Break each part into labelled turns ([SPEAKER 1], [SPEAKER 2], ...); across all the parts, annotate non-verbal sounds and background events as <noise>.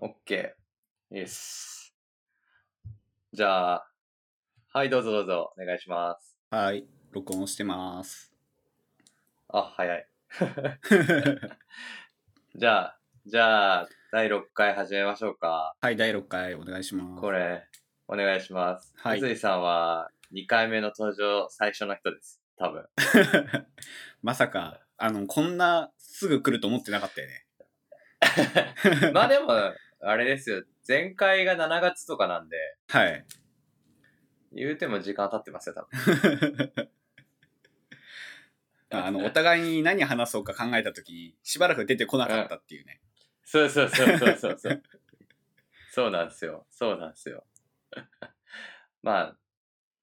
[SPEAKER 1] OK。です。じゃあ、はい、どうぞどうぞ、お願いします。
[SPEAKER 2] はい、録音し
[SPEAKER 1] <laughs>
[SPEAKER 2] てます。
[SPEAKER 1] あ、早い。じゃあ、じゃあ、第6回始めましょうか。
[SPEAKER 2] はい、第6回お願いします。
[SPEAKER 1] これ、お願いします。
[SPEAKER 2] はい
[SPEAKER 1] 三井さんは、2回目の登場、最初の人です。多
[SPEAKER 2] <laughs>
[SPEAKER 1] 分。
[SPEAKER 2] <laughs> まさか、あの、こんなすぐ来ると思ってなかったよね。
[SPEAKER 1] まあでも、あれですよ。前回が7月とかなんで、 <laughs>
[SPEAKER 2] はい。
[SPEAKER 1] 言うても時間経ってますよ、多分。
[SPEAKER 2] あの、お互いに何話そうか考えた時に、しばらく出てこなかったっていうね。
[SPEAKER 1] そうそうそうそうそうそう。そうなんですよ。そうなんですよ。 <laughs> まあ、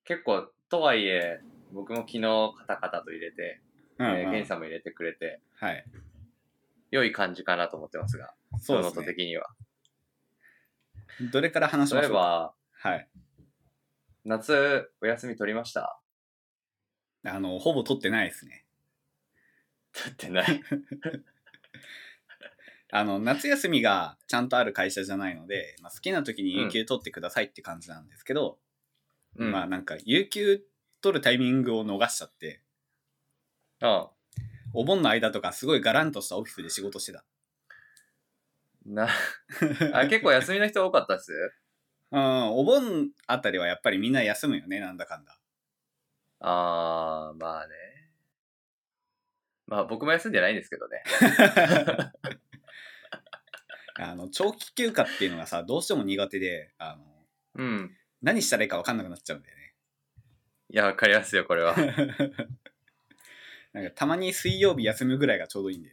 [SPEAKER 1] 結構、とはいえ、僕も昨日カタカタと入れて、
[SPEAKER 2] う
[SPEAKER 1] え
[SPEAKER 2] んうん
[SPEAKER 1] ーゲンさんも入れてくれて、
[SPEAKER 2] はい。
[SPEAKER 1] 良い感じかなと思ってますが、
[SPEAKER 2] そうで
[SPEAKER 1] の
[SPEAKER 2] す
[SPEAKER 1] と
[SPEAKER 2] ね。
[SPEAKER 1] 的には。
[SPEAKER 2] どれから話しま
[SPEAKER 1] 例
[SPEAKER 2] し
[SPEAKER 1] え
[SPEAKER 2] ょうか。
[SPEAKER 1] ば、
[SPEAKER 2] はい。
[SPEAKER 1] 夏お休み取りました <laughs>
[SPEAKER 2] あの、ほぼ撮ってないですね。
[SPEAKER 1] 取ってない。
[SPEAKER 2] あの、夏休みがちゃんとある会社じゃないので、まあ、好きな時に有給取ってくださいって感じなんですけど、
[SPEAKER 1] うん。
[SPEAKER 2] <laughs> まあ
[SPEAKER 1] あ、
[SPEAKER 2] なんか、有給取るタイミングを逃しちゃって、お盆の間とかすごいガランとしたオフィスで仕事してた。
[SPEAKER 1] な、あ、結構休みの人多かったっす <laughs>
[SPEAKER 2] うん、お盆あたりはやっぱりみんな休むよね、なんだかんだ。
[SPEAKER 1] あー、まあね。まあ僕も休んでないんですけどね。
[SPEAKER 2] <laughs> あの、長期休暇っていうのがさ、どうしても苦手で、あの、
[SPEAKER 1] うん。
[SPEAKER 2] 何したらいいか分かんなくなっちゃうんだよ
[SPEAKER 1] いや、わかりますよ、これは。
[SPEAKER 2] ね。なんかたまに水曜日休むぐらいがちょうどいいんで。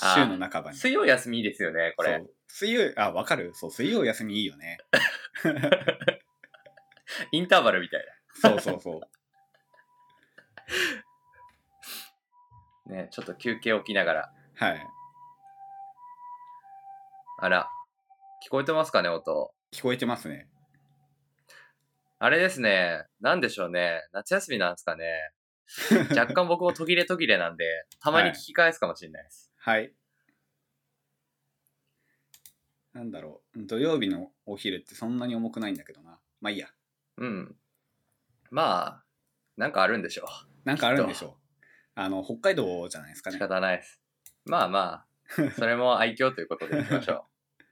[SPEAKER 1] あー
[SPEAKER 2] 週の半ばに。
[SPEAKER 1] 水曜休みいいですよね、これ
[SPEAKER 2] そ。う水曜、あ、わかるそう、水曜休みいいよね。
[SPEAKER 1] インターバルみたい
[SPEAKER 2] そうそ
[SPEAKER 1] <laughs>
[SPEAKER 2] うそう。
[SPEAKER 1] な。ね、ちょっと休憩を置きながら。
[SPEAKER 2] はい。
[SPEAKER 1] あら、聞こえてますかね、音。
[SPEAKER 2] 聞こえてますね。
[SPEAKER 1] あれですね、なんでしょうね。夏休みなんです
[SPEAKER 2] <laughs>
[SPEAKER 1] かね。若干僕も途切れ途切れなんで、たまに聞き返すかもしれないです。
[SPEAKER 2] はい。なんだろう。土曜日のお昼ってそんなに重くないんだけどな。まあいいや。
[SPEAKER 1] うん。まあ、なんかあるんでしょ
[SPEAKER 2] なんかあるんでしょう。あの、北海道じゃないですか
[SPEAKER 1] う。仕
[SPEAKER 2] ね。
[SPEAKER 1] 方ないです。まあま
[SPEAKER 2] <laughs>
[SPEAKER 1] あ、それも愛嬌ということでいきましょう。い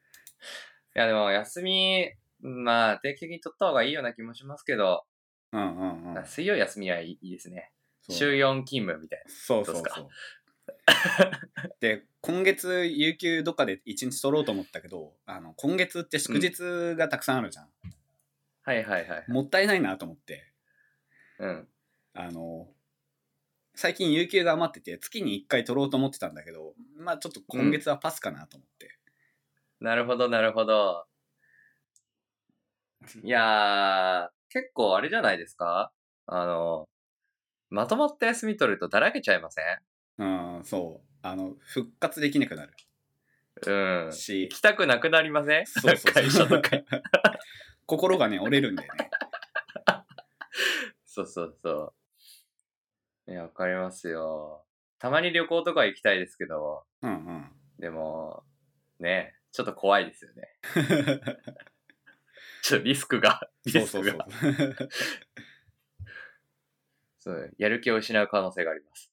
[SPEAKER 1] や、でも休み、まあ、定期的に取った方がいいような気もしますけど、
[SPEAKER 2] うんうんうん。
[SPEAKER 1] 水曜休みはいいいいですね。
[SPEAKER 2] そう
[SPEAKER 1] 週4勤務みたいな。
[SPEAKER 2] そうそう
[SPEAKER 1] どうです
[SPEAKER 2] そう。 <laughs> で、今月、有給どっかで1日取ろうと思ったけど、あの今月って祝日がたくさんあるじゃん。
[SPEAKER 1] はいはいはい。
[SPEAKER 2] もったいないなと思って、
[SPEAKER 1] うん。
[SPEAKER 2] あの、最近有給が余ってて、月に1回取ろうと思ってたんだけど、まあちょっと今月はパスかなと思って。
[SPEAKER 1] なるほどなるほど。いやー、結構あれじゃないですかあの、まとまった休み取るとだらけちゃいません
[SPEAKER 2] うん、そう。あの、復活できなくなる
[SPEAKER 1] うん。行
[SPEAKER 2] し、
[SPEAKER 1] きたくなくなりません
[SPEAKER 2] そうそう
[SPEAKER 1] 会社とか。
[SPEAKER 2] <laughs> 心がね、折れるんだよね。
[SPEAKER 1] そうそうそう。いや、わかりますよ。たまに旅行とか行きたいですけど、
[SPEAKER 2] うんうん。
[SPEAKER 1] でも、ね、ちょっと怖いですよね。ちょっとリスクが、リス
[SPEAKER 2] そ
[SPEAKER 1] ク
[SPEAKER 2] う
[SPEAKER 1] が。
[SPEAKER 2] そうそう。
[SPEAKER 1] そうやる気を失う可能性があります。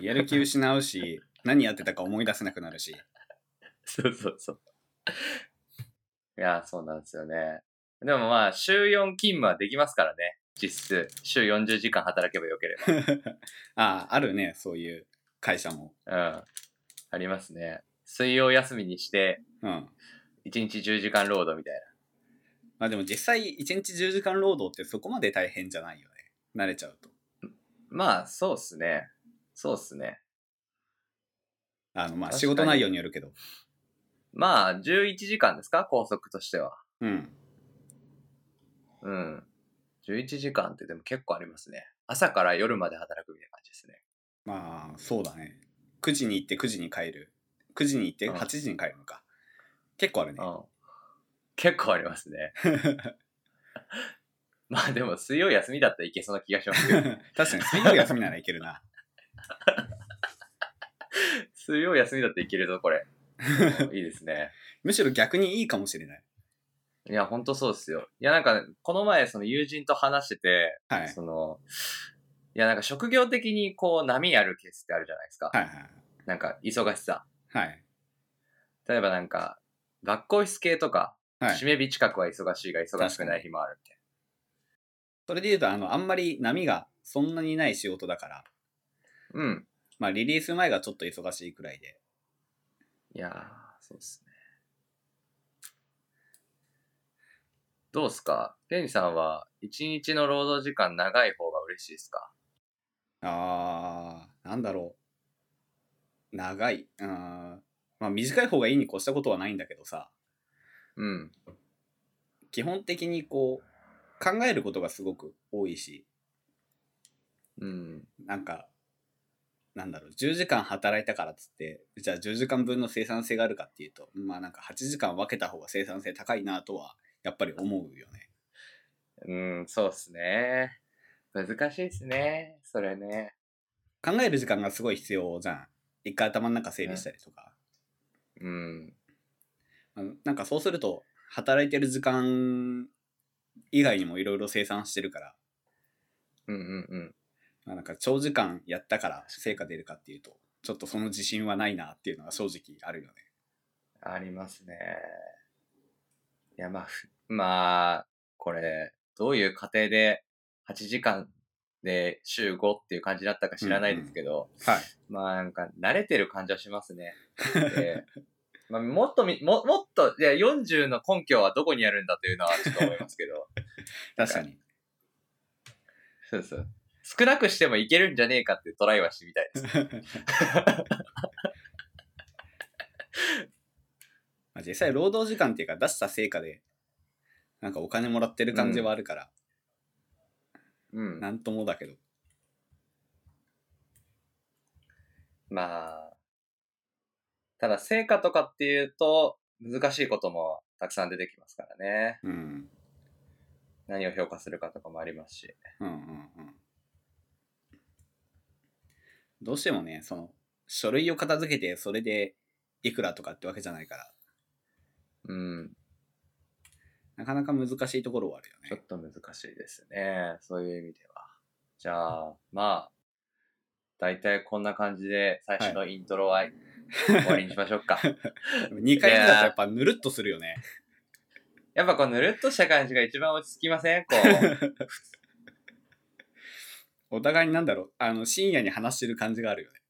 [SPEAKER 2] やる気失う <laughs> し、何やってたか思い出せなくなるし。 <laughs>
[SPEAKER 1] <laughs> そうそうそう。いやー、そうなんですよね。でもまあ、週4勤務はできますからね。実質、週40時間働けばよけれ
[SPEAKER 2] ああ、あるね、そういう会社も。
[SPEAKER 1] ば。うん。ありますね。水曜休みにして、
[SPEAKER 2] うん。
[SPEAKER 1] 1日10時間労働みたい
[SPEAKER 2] まあでも実際、1日10時間労働ってそこまで大変じゃないよね。慣れちゃうと。
[SPEAKER 1] な。まあ、そうっすね。そうっすね。
[SPEAKER 2] あの、ま
[SPEAKER 1] 確
[SPEAKER 2] あ
[SPEAKER 1] かに
[SPEAKER 2] 仕事内容によるけど。
[SPEAKER 1] まあ、11時間ですか拘束としては。
[SPEAKER 2] うん。
[SPEAKER 1] うん。11時間ってでも結構ありますね。朝から夜まで働くみたいな感じですね。
[SPEAKER 2] まあ、そうだね。9時に行って9時に帰る。9時に行って
[SPEAKER 1] うん
[SPEAKER 2] 8時に帰るのか。結構あるね。
[SPEAKER 1] うん。結構あります
[SPEAKER 2] <laughs>
[SPEAKER 1] ね。まあでも水曜休みだったらいけそうな気がしますけど
[SPEAKER 2] <laughs> 確かに水曜休みならいけるな。 <laughs> <laughs>
[SPEAKER 1] 水曜休みだったらいけるぞ、これ。うんいいですね。
[SPEAKER 2] むしろ逆にいいかもしれない。
[SPEAKER 1] いや、ほんとそうですよ。いや、なんか、この前、その友人と話してて、
[SPEAKER 2] はい。
[SPEAKER 1] その、いや、なんか職業的にこう、波あるケースってあるじゃないですか。
[SPEAKER 2] はいはい
[SPEAKER 1] なんか、忙しさ。
[SPEAKER 2] はい。
[SPEAKER 1] 例えばなんか、学校室系とか、
[SPEAKER 2] はい
[SPEAKER 1] 締め日近くは忙しいが忙しくない日もあるみたい
[SPEAKER 2] それで言うと、あの、あんまり波がそんなにない仕事だから、
[SPEAKER 1] な。うん。
[SPEAKER 2] まあ、リリース前がちょっと忙しいくらいで。
[SPEAKER 1] いやー、そうですね。どうっすかペンジさんは、一日の労働時間長い方が嬉しいですか
[SPEAKER 2] あー、なんだろう。長い。うーん。まあ、短い方がいいに越したことはないんだけどさ、
[SPEAKER 1] うん。
[SPEAKER 2] 基本的にこう、考えることがすごく多いし、
[SPEAKER 1] うん。
[SPEAKER 2] なんか、なんだろう、10時間働いたからっつって、じゃあ10時間分の生産性があるかっていうと、まあなんか8時間分けた方が生産性高いなとは、やっぱり思うよね。
[SPEAKER 1] うん、そうっすね。難しいっすね。それね。
[SPEAKER 2] 考える時間がすごい必要じゃん。一回頭の中整理したりとか。
[SPEAKER 1] うん。
[SPEAKER 2] あのなんかそうすると、働いてる時間以外にもいろいろ生産してるから、
[SPEAKER 1] うんうんうん。
[SPEAKER 2] まあ、なんか長時間やったから成果出るかっていうと、ちょっとその自信はないなっていうのが正直あるよね。
[SPEAKER 1] ありますね。いや、まあ、ふまあ、これ、どういう過程で8時間で週5っていう感じだったか知らないですけど、
[SPEAKER 2] はい。
[SPEAKER 1] まあなんか慣れてる感じはしますね。で <laughs> まあ、もっとみも、もっと、いや、40の根拠はどこにあるんだというのはちょっと思いますけど。
[SPEAKER 2] 確かに。
[SPEAKER 1] <laughs> そうそう。少なくしてもいけるんじゃねえかってトライはしてみたいです。 <laughs>
[SPEAKER 2] まあ、実際労働時間っていうか出した成果でなんかお金もらってる感じはあるから、
[SPEAKER 1] うん。
[SPEAKER 2] なんともだけど
[SPEAKER 1] まあ、ただ成果とかっていうと、難しいこともたくさん出てきますからね。
[SPEAKER 2] うん
[SPEAKER 1] 何を評価するかとかもありますし。
[SPEAKER 2] うんうんうんどうしてもねその書類を片付けてそれでいくらとかってわけじゃないから
[SPEAKER 1] うん。
[SPEAKER 2] なかなか難しいところはある
[SPEAKER 1] ち
[SPEAKER 2] よ
[SPEAKER 1] ょっ
[SPEAKER 2] ね
[SPEAKER 1] と難しいですね。そういう意味では。じゃあ、まあ、大体こんな感じで最初のイントロは終わりにしましょう
[SPEAKER 2] <laughs>
[SPEAKER 1] か。
[SPEAKER 2] 2回目だとやっぱぬるっとするよね
[SPEAKER 1] やっぱこうぬるっとした感じが一番落ち着きませんこ
[SPEAKER 2] <laughs>
[SPEAKER 1] う。
[SPEAKER 2] お互いになんだろうあの深夜に話してる感じがあるよね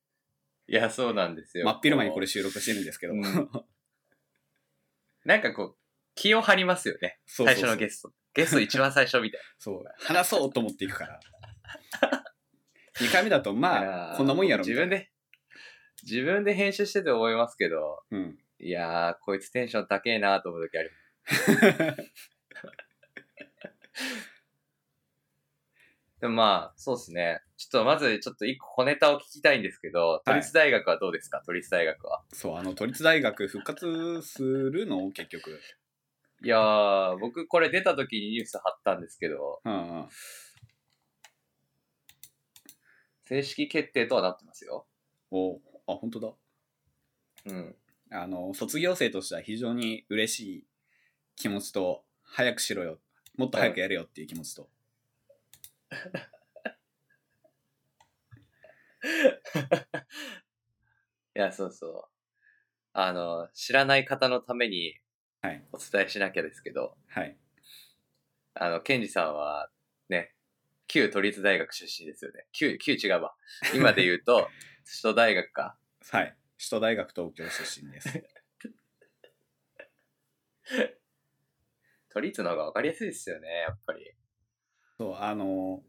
[SPEAKER 1] いや、そうなんですよ。
[SPEAKER 2] 真っ昼間にこれ
[SPEAKER 1] う
[SPEAKER 2] 収録してるんですけど、
[SPEAKER 1] うん
[SPEAKER 2] <laughs>
[SPEAKER 1] なんかこう、気を張りますよね。
[SPEAKER 2] そうそうそう
[SPEAKER 1] 最初のゲスト。ゲスト一番最初みたい
[SPEAKER 2] そう話そうと思っていくから
[SPEAKER 1] <laughs>
[SPEAKER 2] 2回目だと
[SPEAKER 1] な。
[SPEAKER 2] <laughs> ま
[SPEAKER 1] い
[SPEAKER 2] あ
[SPEAKER 1] や
[SPEAKER 2] こんなもんやろみた
[SPEAKER 1] 自
[SPEAKER 2] いな
[SPEAKER 1] 分で、自分で編集してて思いますけど、
[SPEAKER 2] うん
[SPEAKER 1] いやー、こいつテンション高えなと思う時ある。でもまあ、そうですね。ちょっとまず、ちょっと一個小ネタを聞きたいんですけど、都立大学はどうですか、都立大学は。
[SPEAKER 2] <laughs> そうあの都立大学復活するの結局
[SPEAKER 1] いやー、僕これ出た時にニュース貼ったんですけど、
[SPEAKER 2] うんうん
[SPEAKER 1] 正式決定とはなってますよ。
[SPEAKER 2] おあ本当だ
[SPEAKER 1] うん。
[SPEAKER 2] あの卒業生としては非常に嬉しい気持ちと早くしろよもっと早くやれよっていう気持ちと、
[SPEAKER 1] いや、そうそう。あの、知らない方のために
[SPEAKER 2] はい
[SPEAKER 1] お伝えしなきゃですけど、
[SPEAKER 2] はい
[SPEAKER 1] あの、ケンジさんは、ね、旧都立大学出身ですよね。旧、旧違うわ。今で言う
[SPEAKER 2] <laughs>
[SPEAKER 1] と、首都大学か。
[SPEAKER 2] はい首都大学東京出身です
[SPEAKER 1] 都立の方が分かりやすいですよね、やっぱり。
[SPEAKER 2] そうあの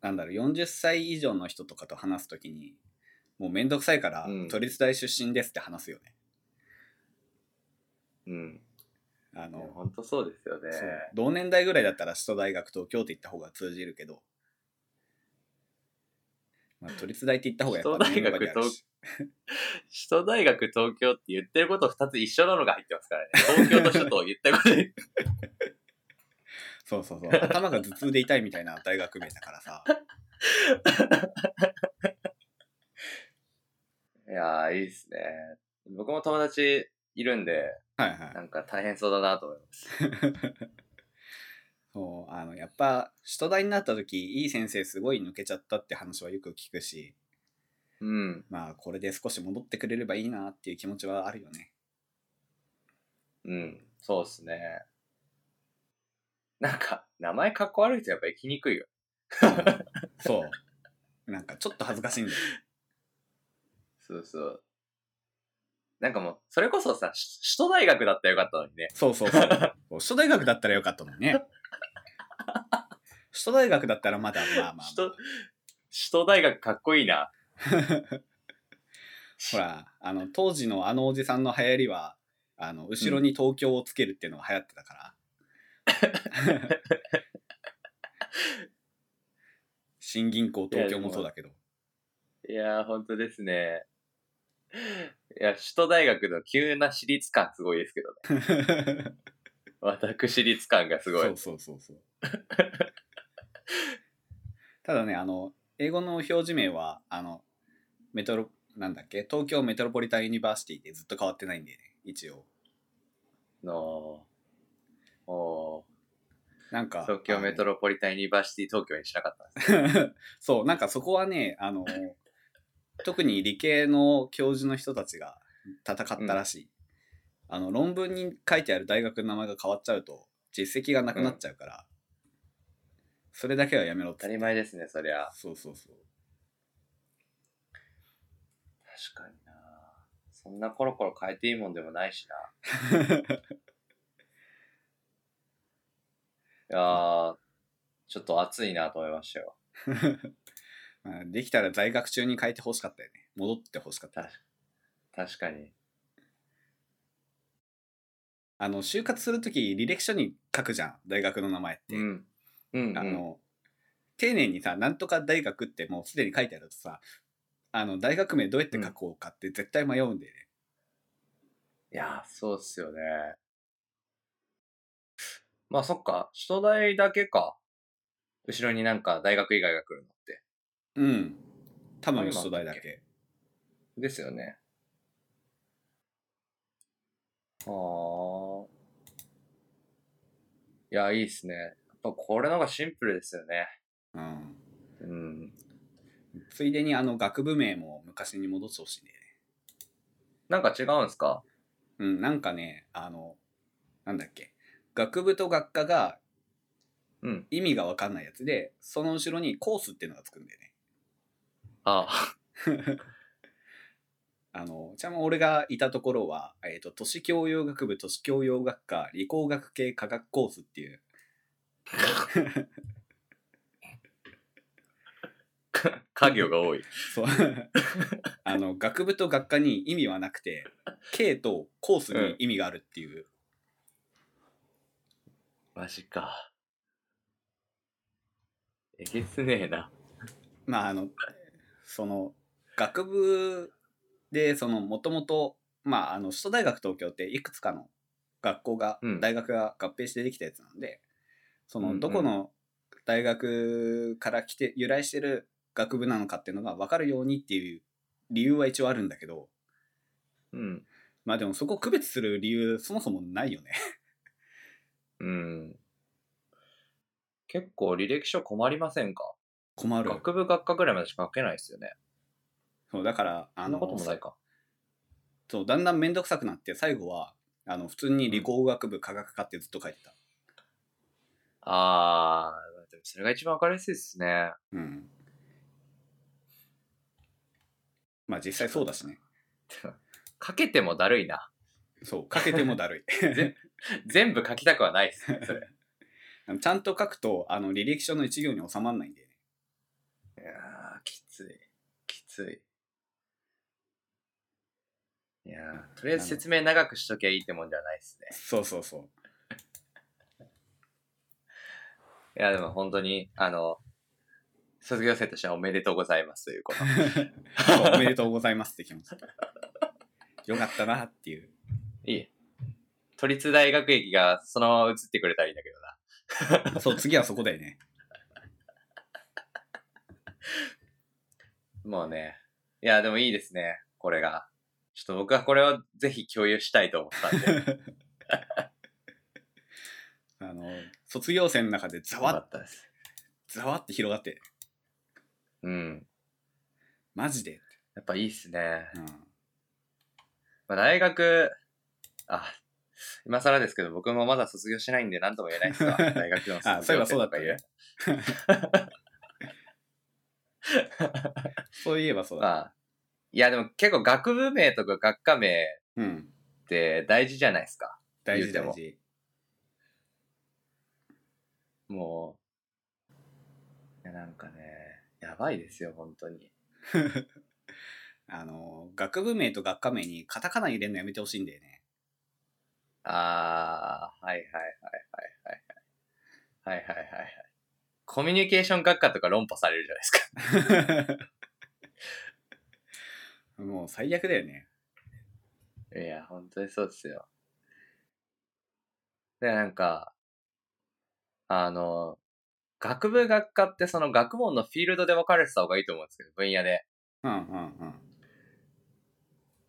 [SPEAKER 2] なんだろう40歳以上の人とかと話すときにもうめんどくさいから、
[SPEAKER 1] うん
[SPEAKER 2] 都立大出身ですって話すよね
[SPEAKER 1] うん。
[SPEAKER 2] あの、
[SPEAKER 1] 本当そうですよね。
[SPEAKER 2] そう同年代ぐらいだったら首都大学東京って言った方が通じるけど、
[SPEAKER 1] <sighs>
[SPEAKER 2] まあ、都立大って言った方がやっぱ
[SPEAKER 1] 首都大学
[SPEAKER 2] 年齢があるし
[SPEAKER 1] 首都大学東京って言ってること2つ一緒なのが入ってますからね。 <laughs> 東京と首都を言ったことに。
[SPEAKER 2] そうそうそう頭が頭痛で痛いみたいな大学名だか
[SPEAKER 1] <laughs>
[SPEAKER 2] らさ
[SPEAKER 1] いやー、いいっすね。僕も友達、いるんで、
[SPEAKER 2] はいはい
[SPEAKER 1] なんか大変そうだなと思います。
[SPEAKER 2] そうあのやっぱ首都大になった時いい先生すごい抜けちゃったって話はよく聞くし
[SPEAKER 1] うん。
[SPEAKER 2] まあこれで少し戻ってくれればいいなっていう気持ちはあるよね
[SPEAKER 1] うん。そうですね。なんか、名前かっこ悪いとやっぱ行きにくいよ。
[SPEAKER 2] うんそうなんかちょっと恥ずかしいんだよ
[SPEAKER 1] そうそう。なんかもう、それこそさ、し首都大学だったらよかったのにね。
[SPEAKER 2] そうそうそう首都大学だったらよかったもんね首都大学だったらまだまあまあ、
[SPEAKER 1] 首都、首都大学かっこいいな。
[SPEAKER 2] ほらあの当時のあのおじさんの流行りはあの後ろに東京をつけるっていうのが流行ってた <laughs> から、新銀行東京もそうだけど
[SPEAKER 1] いやー、ほんとですね。いや、首都大学の急な私立感すごいですけどね。私立感がすごい。
[SPEAKER 2] そうそうそうそう <laughs> ただねあの英語の表示名はあのメトロなんだっけ東京メトロポリタンユニバーシティでずっと変わってないんでね一応
[SPEAKER 1] のお
[SPEAKER 2] なんか
[SPEAKER 1] ー東京メトロポリタンユニバーシティ東京にしなかったんですね。
[SPEAKER 2] <laughs> そう、なんかそこはね、あの、特に理系の教授の人たちが戦ったらしい。あの、論文に書いてある大学の名前が変わっちゃうと、実績がなくなっちゃうから、それだけはやめろっ
[SPEAKER 1] 当た
[SPEAKER 2] て。
[SPEAKER 1] り前ですね、そりゃ。
[SPEAKER 2] そうそうそう。
[SPEAKER 1] 確かになそんなコロコロ変えていいもんでもないし <laughs> な。いやー、ちょっと暑いなと思いましたよ。
[SPEAKER 2] まあできたら在学中に書いてほしかったよね。戻ってほしかった。
[SPEAKER 1] 確確かに。
[SPEAKER 2] あの、就活するとき、履歴書に書くじゃん、大学の名前って。
[SPEAKER 1] うん。うん、
[SPEAKER 2] あの、丁寧にさ、なんとか大学ってもうすでに書いてあるとさ、あの、大学名どうやって書こうかって絶対迷うんでね。
[SPEAKER 1] いやー、そうっすよね。まあそっか、首都大だけか。後ろになんか大学以外が来るのって。
[SPEAKER 2] うん。多分、首都大だけ。
[SPEAKER 1] ですよね。あー。いや、いいっすね。やっぱこれの方がシンプルですよね。
[SPEAKER 2] うん。
[SPEAKER 1] うん。
[SPEAKER 2] ついでに、あの、学部名も昔に戻ってほしいね。
[SPEAKER 1] なんか違うんすか
[SPEAKER 2] うん、なんかね、あの、なんだっけ。学部と学科が
[SPEAKER 1] うん。
[SPEAKER 2] 意味がわかんないやつで、その後ろにコースっていうのがつくんだよね。
[SPEAKER 1] あ <laughs>
[SPEAKER 2] あの、ちなみに俺がいたところは、えっ、と、都市教養学部、都市教養学科、理工学系科学コースっていう、
[SPEAKER 1] あ、家業が多い。 <laughs>
[SPEAKER 2] そうあの学部と学科に意味はなくて K とコースに意味があるっていう、
[SPEAKER 1] マジか。えげつねえな。
[SPEAKER 2] まああのその学部でそのもともとまああの首都大学東京っていくつかの学校が、
[SPEAKER 1] うん
[SPEAKER 2] 大学が合併してできたやつなんでそ
[SPEAKER 1] うんう
[SPEAKER 2] の
[SPEAKER 1] ん
[SPEAKER 2] どこの大学から来て由来してる学部なのかっていうのが分かるようにっていう理由は一応あるんだけど
[SPEAKER 1] うん。
[SPEAKER 2] まあでもそこを区別する理由そもそもないよね。 <laughs>
[SPEAKER 1] うん。結構履歴書困りませんか
[SPEAKER 2] 困る。
[SPEAKER 1] 学部学科ぐらいまでしか書けないですよね。
[SPEAKER 2] そうだからあ
[SPEAKER 1] そんな
[SPEAKER 2] の
[SPEAKER 1] こともないか。
[SPEAKER 2] そうだんだん面倒くさくなって最後はあの普通に理工学部科学科ってずっと書いてた、
[SPEAKER 1] あー、でもそれが一番わかりやすいですね。
[SPEAKER 2] うん、まあ実際そうだしね
[SPEAKER 1] <laughs> 書けてもだるいな。
[SPEAKER 2] そう書けてもだるい
[SPEAKER 1] 全部書きたくはないですね、それ。
[SPEAKER 2] あ
[SPEAKER 1] <laughs>
[SPEAKER 2] のちゃんと書くとあの履歴書の一行に収まらないんでね
[SPEAKER 1] いやー、きつい。きつい。いやー、とりあえず説明長くしときゃいいってもんじゃないですね。
[SPEAKER 2] そうそうそ
[SPEAKER 1] いや、でも本当に、あの、卒業生としてはおめでとうございます <laughs> ということ。
[SPEAKER 2] うそうおめでとうございますって気持ちよかったなっていう
[SPEAKER 1] いい。都立大学駅がそのまま移ってくれたらいいんだけどな。
[SPEAKER 2] そう次はそこだよね
[SPEAKER 1] もうね。いや、でもいいですね。これが。ちょっと僕はこれをぜひ共有したいと思った <laughs> んで。
[SPEAKER 2] あの、卒業生の中でざ
[SPEAKER 1] よか
[SPEAKER 2] わ、
[SPEAKER 1] ったです。
[SPEAKER 2] ざわって広がって、
[SPEAKER 1] うん。
[SPEAKER 2] マジで。
[SPEAKER 1] やっぱいいっすね。
[SPEAKER 2] うん。
[SPEAKER 1] まあ、大学、あ、今更ですけど、僕もまだ卒業しないんで何とも言えないっ
[SPEAKER 2] <laughs>
[SPEAKER 1] すわ。大学の卒業
[SPEAKER 2] あ、そういえばそうだ
[SPEAKER 1] 生
[SPEAKER 2] っ
[SPEAKER 1] とか言
[SPEAKER 2] たね。そういえばそうだ。
[SPEAKER 1] まあ、いやでも結構学部名とか学科名っ
[SPEAKER 2] うん。
[SPEAKER 1] て大事じゃないですか。
[SPEAKER 2] 大
[SPEAKER 1] 言う
[SPEAKER 2] 事
[SPEAKER 1] て
[SPEAKER 2] 大
[SPEAKER 1] も
[SPEAKER 2] 事。
[SPEAKER 1] もう。いやなんかね、やばいですよ、本当に。
[SPEAKER 2] あの、学部名と学科名にカタカナ入れるのやめてほしいんだよね。
[SPEAKER 1] あー、はいはいはいはいはいはい。はいはいはいはい。コミュニケーション学科とか論破されるじゃないですか。
[SPEAKER 2] <laughs> もう最悪だよね。
[SPEAKER 1] いや、本当にそうですよ。で、なんか、あの、学部学科ってその学問のフィールドで分かれてた方がいいと思うんですけど、分野で。
[SPEAKER 2] うんうんうん。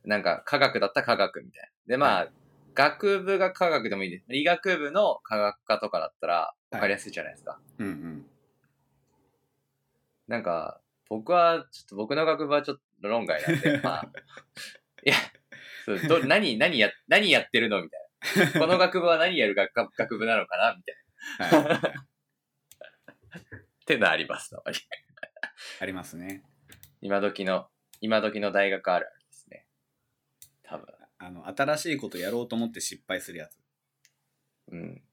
[SPEAKER 1] なんか、科学だったら科学みたいな。で、まあ、学部が科学でもいいです。理学部の科学科とかだったら分かりやすいじゃないですか。
[SPEAKER 2] うんうん。
[SPEAKER 1] なんか、僕は、ちょっと僕の学部はちょっと論外なん <laughs> で、まあ、いや、そうど何、何や、何やってるのみたい <laughs> な。この学部は何やる学科学部なのかなみたいな。 <laughs>
[SPEAKER 2] はい。
[SPEAKER 1] ってのあります、たまに。
[SPEAKER 2] ありますね。
[SPEAKER 1] 今時の、今時の大学あるあるですね。多分。
[SPEAKER 2] あの、新しいことやろうと思って失敗するやつ。
[SPEAKER 1] うん。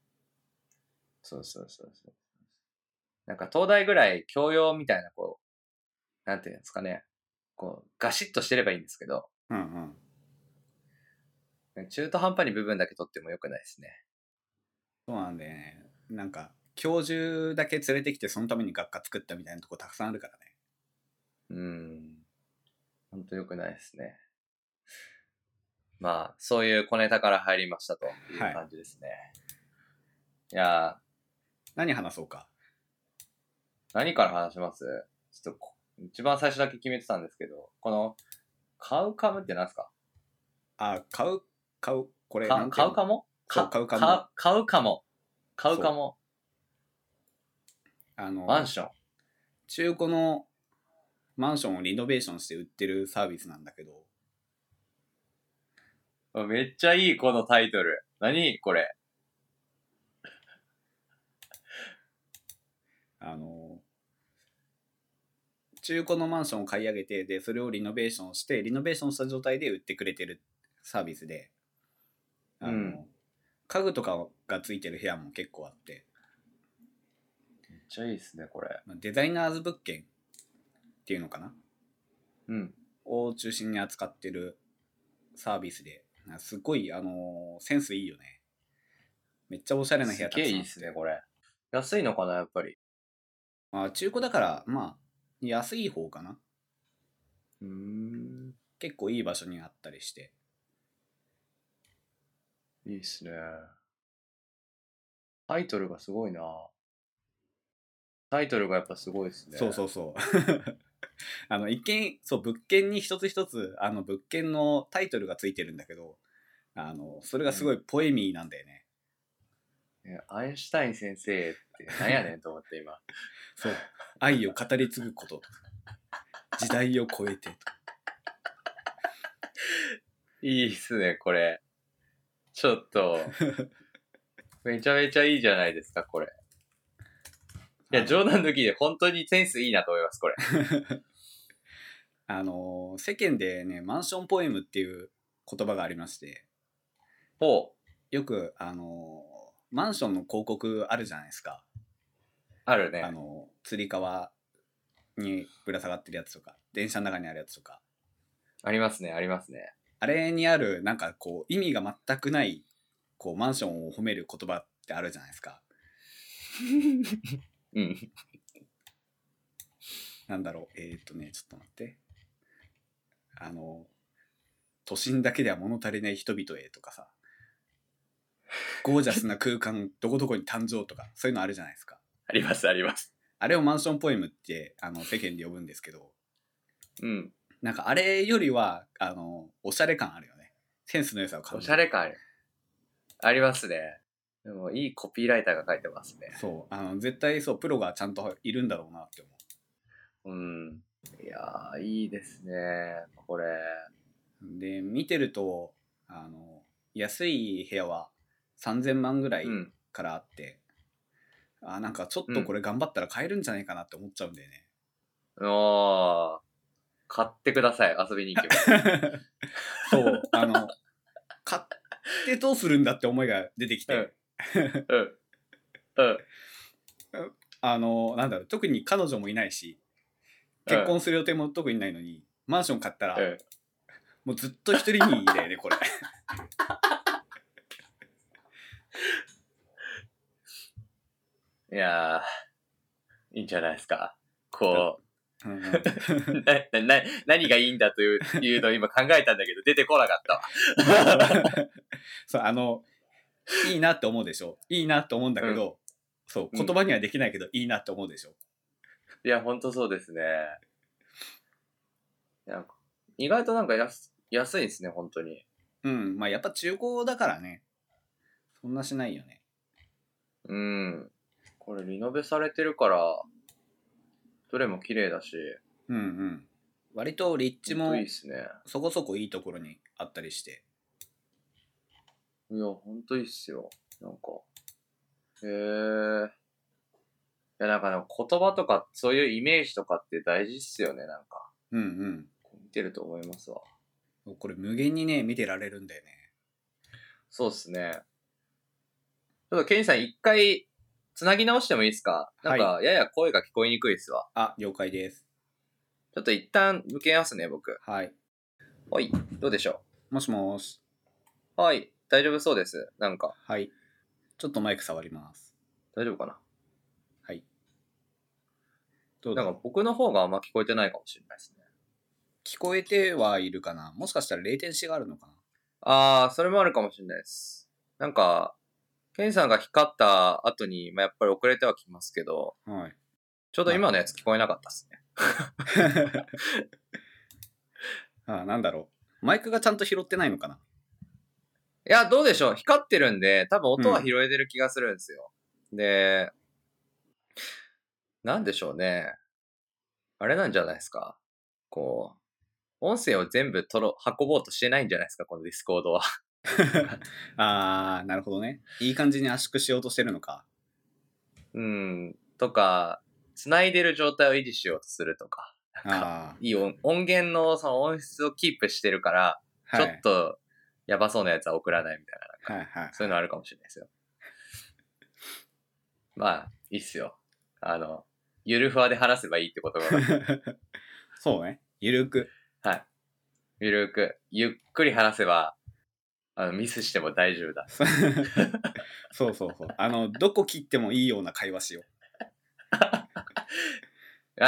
[SPEAKER 1] そうそうそうそう。なんか東大ぐらい教養みたいな、こう、なんていうんですかね。こう、ガシッとしてればいいんですけど、
[SPEAKER 2] うんうん。
[SPEAKER 1] 中途半端に部分だけ取っても良くないですね。
[SPEAKER 2] そうなんだよね。なんか、教授だけ連れてきて、そのために学科作ったみたいなとこたくさんあるからね。
[SPEAKER 1] うん。ほんと良くないですね。まあ、そういう小ネタから入りましたという
[SPEAKER 2] はい
[SPEAKER 1] 感じですね。いやー、
[SPEAKER 2] 何話そうか。
[SPEAKER 1] 何から話しますちょっとこ、一番最初だけ決めてたんですけど、この、カウカムって何ですか
[SPEAKER 2] あ、買う、買う、これ、
[SPEAKER 1] か
[SPEAKER 2] 買
[SPEAKER 1] カウカモ
[SPEAKER 2] そうカウカモ
[SPEAKER 1] カカウカモ。カウカモ。
[SPEAKER 2] あの、
[SPEAKER 1] マンション。
[SPEAKER 2] 中古のマンションをリノベーションして売ってるサービスなんだけど、
[SPEAKER 1] あめっちゃいい、このタイトル。何これ。
[SPEAKER 2] あの、中古のマンションを買い上げて、で、それをリノベーションして、リノベーションした状態で売ってくれてるサービスで、あの、
[SPEAKER 1] うん
[SPEAKER 2] 家具とかがついてる部屋も結構あって、
[SPEAKER 1] めっちゃいいですね、これ。
[SPEAKER 2] まあデザイナーズ物件っていうのかな
[SPEAKER 1] うん。
[SPEAKER 2] を中心に扱ってるサービスで、あすごい、あのーセンスいいよね。めっちゃおしゃれな部
[SPEAKER 1] す
[SPEAKER 2] 屋た
[SPEAKER 1] げ
[SPEAKER 2] く
[SPEAKER 1] え
[SPEAKER 2] さん
[SPEAKER 1] いい
[SPEAKER 2] あっ
[SPEAKER 1] ってすね、これ。安いのかな、やっぱり。
[SPEAKER 2] まあ、中古だから、まあ、安い方かな。
[SPEAKER 1] うーん。
[SPEAKER 2] 結構いい場所にあったりして。
[SPEAKER 1] いいっすね。タイトルがすごいなタイトルがやっぱすごいですね。
[SPEAKER 2] そうそうそう。 <laughs> あの、一見、そう、物件に一つ一つ、あの、物件のタイトルがついてるんだけど、あの、それがすごいポエミーなんだよね。
[SPEAKER 1] ねアインシュタイン先生って何やねんと思って今。
[SPEAKER 2] そう。愛を語り継ぐこと。時代を超えて。
[SPEAKER 1] いいっすね、これ。ちょっ
[SPEAKER 2] <laughs>
[SPEAKER 1] と、めちゃめちゃいいじゃないですか、これ。い
[SPEAKER 2] あ
[SPEAKER 1] や、
[SPEAKER 2] の
[SPEAKER 1] 冗談抜きで本当にセンスいいなと思います、これ。
[SPEAKER 2] あの世間でねマンションポエムっていう言葉がありまして
[SPEAKER 1] ほう、
[SPEAKER 2] よくあのマンションの広告あるじゃないですか、
[SPEAKER 1] あるね
[SPEAKER 2] あ。のつり革にぶら下がってるやつとか電車の中にあるやつとか
[SPEAKER 1] ありますね、ありますね。
[SPEAKER 2] あれにあるなんかこう意味が全くないこうマンションを褒める言葉ってあるじゃないですか <laughs>
[SPEAKER 1] うん。
[SPEAKER 2] なんだろうえー、っとねちょっと待ってあの都心だけでは物足りない人々へとかさゴージャスな
[SPEAKER 1] <laughs>
[SPEAKER 2] 空間どこどこに誕生とかそういうのあるじゃないですか
[SPEAKER 1] あります、あります。
[SPEAKER 2] あれをマンションポエムってあの世間で呼ぶんですけど
[SPEAKER 1] うん。
[SPEAKER 2] なんかあれよりは、あの、おしゃれ感あるよね。センスの良さを感
[SPEAKER 1] お
[SPEAKER 2] じ
[SPEAKER 1] し
[SPEAKER 2] る。
[SPEAKER 1] ゃれ感あるありますね。でも、いいコピーライターが書いてますね。
[SPEAKER 2] そう。あの、絶対そう、プロがちゃんといるんだろうなって思
[SPEAKER 1] うん。いやー、いいですね。これ。
[SPEAKER 2] う。で、見てると、あの、安い部屋は3000万ぐらい
[SPEAKER 1] うん。
[SPEAKER 2] からあって、あ、なんかちょっとこれ頑張ったら買えるんじゃないかなって思っちゃうんだよね。
[SPEAKER 1] おー。買ってください。遊びに行けば。
[SPEAKER 2] <laughs> そう、 <laughs> あの、買ってどうするんだって思いが出てきて、
[SPEAKER 1] うんうん。うん。
[SPEAKER 2] あの、なんだろう、特に彼女もいないし、結婚する予定も特にないのに、マンション買ったら、
[SPEAKER 1] うん。
[SPEAKER 2] もうずっと一人にだよね、これ。
[SPEAKER 1] <laughs> いやー、いいんじゃないですか。こ
[SPEAKER 2] うんうん
[SPEAKER 1] う、 <laughs> な、な、何がいいんだという、いうのを今考えたんだけど、出てこなかったわ。
[SPEAKER 2] <laughs> そう、あの、いいなって思うでしょ。いいなって思うんだけど、そう、
[SPEAKER 1] うん
[SPEAKER 2] 言葉にはできないけど、いいなって思うでしょ。
[SPEAKER 1] いや、ほんとそうですね。いや意外となんか安、安いですね、本当に。
[SPEAKER 2] うん、まあやっぱ中古だからね、そんなしないよね。
[SPEAKER 1] うん。これ、リノベされてるから、どれも綺麗だし、
[SPEAKER 2] うんうん。割と立地
[SPEAKER 1] ほん
[SPEAKER 2] も
[SPEAKER 1] といいですね。
[SPEAKER 2] そこそこいいところにあったりして、
[SPEAKER 1] いや、ほんといいっすよ。なんか。へえ。いや、なんか、言葉とか、そういうイメージとかって大事っすよね、なんか。
[SPEAKER 2] うんうん。
[SPEAKER 1] 見てると思いますわ。
[SPEAKER 2] これ無限にね見てられるんだよね
[SPEAKER 1] そうっすね。ちょっと、ケンジさん、一回、つなぎ直してもいいですかなんか、やや声が聞こえにくいっすわ。
[SPEAKER 2] あ了解です
[SPEAKER 1] ちょっと一旦向けますね、僕。
[SPEAKER 2] はい
[SPEAKER 1] はい、どうでしょ
[SPEAKER 2] もしもーし
[SPEAKER 1] うはい、大丈夫そうです。なんか、
[SPEAKER 2] はいちょっとマイク触ります
[SPEAKER 1] 大丈夫かな
[SPEAKER 2] はいどうだ
[SPEAKER 1] なん
[SPEAKER 2] ろう
[SPEAKER 1] か、僕の方があんま聞こえてないかもしれないですね。
[SPEAKER 2] 聞こえてはいるかなもしかしたら0点視があるのかな
[SPEAKER 1] あー、それもあるかもしれないです。なんか、ケンジさんが光った後に、まあ、やっぱり遅れてはきますけど、
[SPEAKER 2] はい
[SPEAKER 1] ちょうど今のやつ聞こえなかったですね。
[SPEAKER 2] あなんだろうマイクがちゃんと拾ってないのかない
[SPEAKER 1] や、どうでしょう。光ってるんで、多分音は拾えてる気がするんですよ。で、なんでしょうね。あれなんじゃないですか。こう、音声を全部取ろ、運ぼうとしてないんじゃないですか、このディスコードは。
[SPEAKER 2] あーなるほどねいい感じに圧縮しようとしてるのか
[SPEAKER 1] うん。とか、繋いでる状態を維持しようとするとか。
[SPEAKER 2] あ
[SPEAKER 1] いい音音源のその音質をキープしてるから、
[SPEAKER 2] あはい
[SPEAKER 1] ちょっと、やばそうなやつは送らないみたいな。
[SPEAKER 2] はいはい
[SPEAKER 1] そういうのあるかもしれないですよ。 <laughs> まあ、いいっすよ。あの、ゆるふわで話せばいいってことが、
[SPEAKER 2] そうねゆるく <laughs>
[SPEAKER 1] はい。ゆるく、ゆっくり話せば、あの、ミスしても大丈夫だ。
[SPEAKER 2] そうそうそうあのどこ切ってもいいような会話しよう
[SPEAKER 1] あ、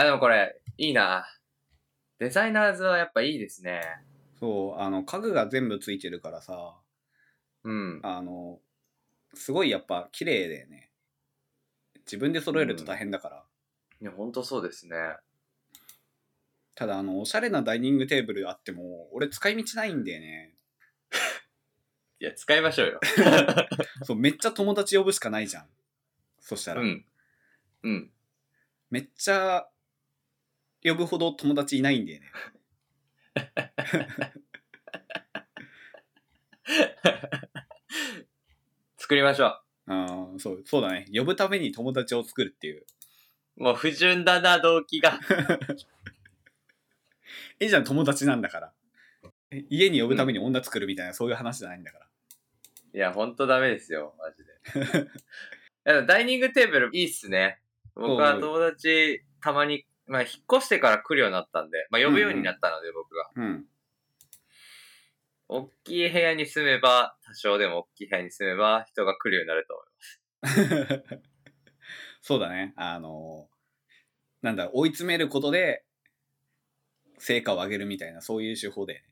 [SPEAKER 1] でもこれ、いいな。デザイナーズはやっぱいいですね。
[SPEAKER 2] そうあの家具が全部ついてるからさ
[SPEAKER 1] うん。
[SPEAKER 2] あのすごいやっぱ綺麗だよね自分で揃えると大変だから、
[SPEAKER 1] いや、ほんとそうですね。
[SPEAKER 2] ただあのおしゃれなダイニングテーブルあっても俺使い道ないんだよね
[SPEAKER 1] いや、使いましょうよ。
[SPEAKER 2] そうめっちゃ友達呼ぶしかないじゃんそした
[SPEAKER 1] う
[SPEAKER 2] ら、
[SPEAKER 1] ん。うん。
[SPEAKER 2] めっちゃ呼ぶほど友達いないんだよね
[SPEAKER 1] 作りましょう。
[SPEAKER 2] あーそうそうだね呼ぶために友達を作るっていう
[SPEAKER 1] もう不純だな、動機が。
[SPEAKER 2] いいじゃん友達なんだから家に呼ぶために女作るみたいな、そういう話じゃないんだから
[SPEAKER 1] いや、ほんとダメですよ、マジで。 <laughs> いやでもダイニングテーブルいいっすね。僕は友達、たまに、まあ、引っ越してから来るようになったんで、まあ、呼ぶようになったので、僕が。
[SPEAKER 2] うん <laughs>
[SPEAKER 1] 大きい部屋に住めば、多少でも大きい部屋に住めば、人が来るようになると思
[SPEAKER 2] そうだね。あのなんだろう、追い詰めることで、成果を上げるみたいな、そういう手法で、ね。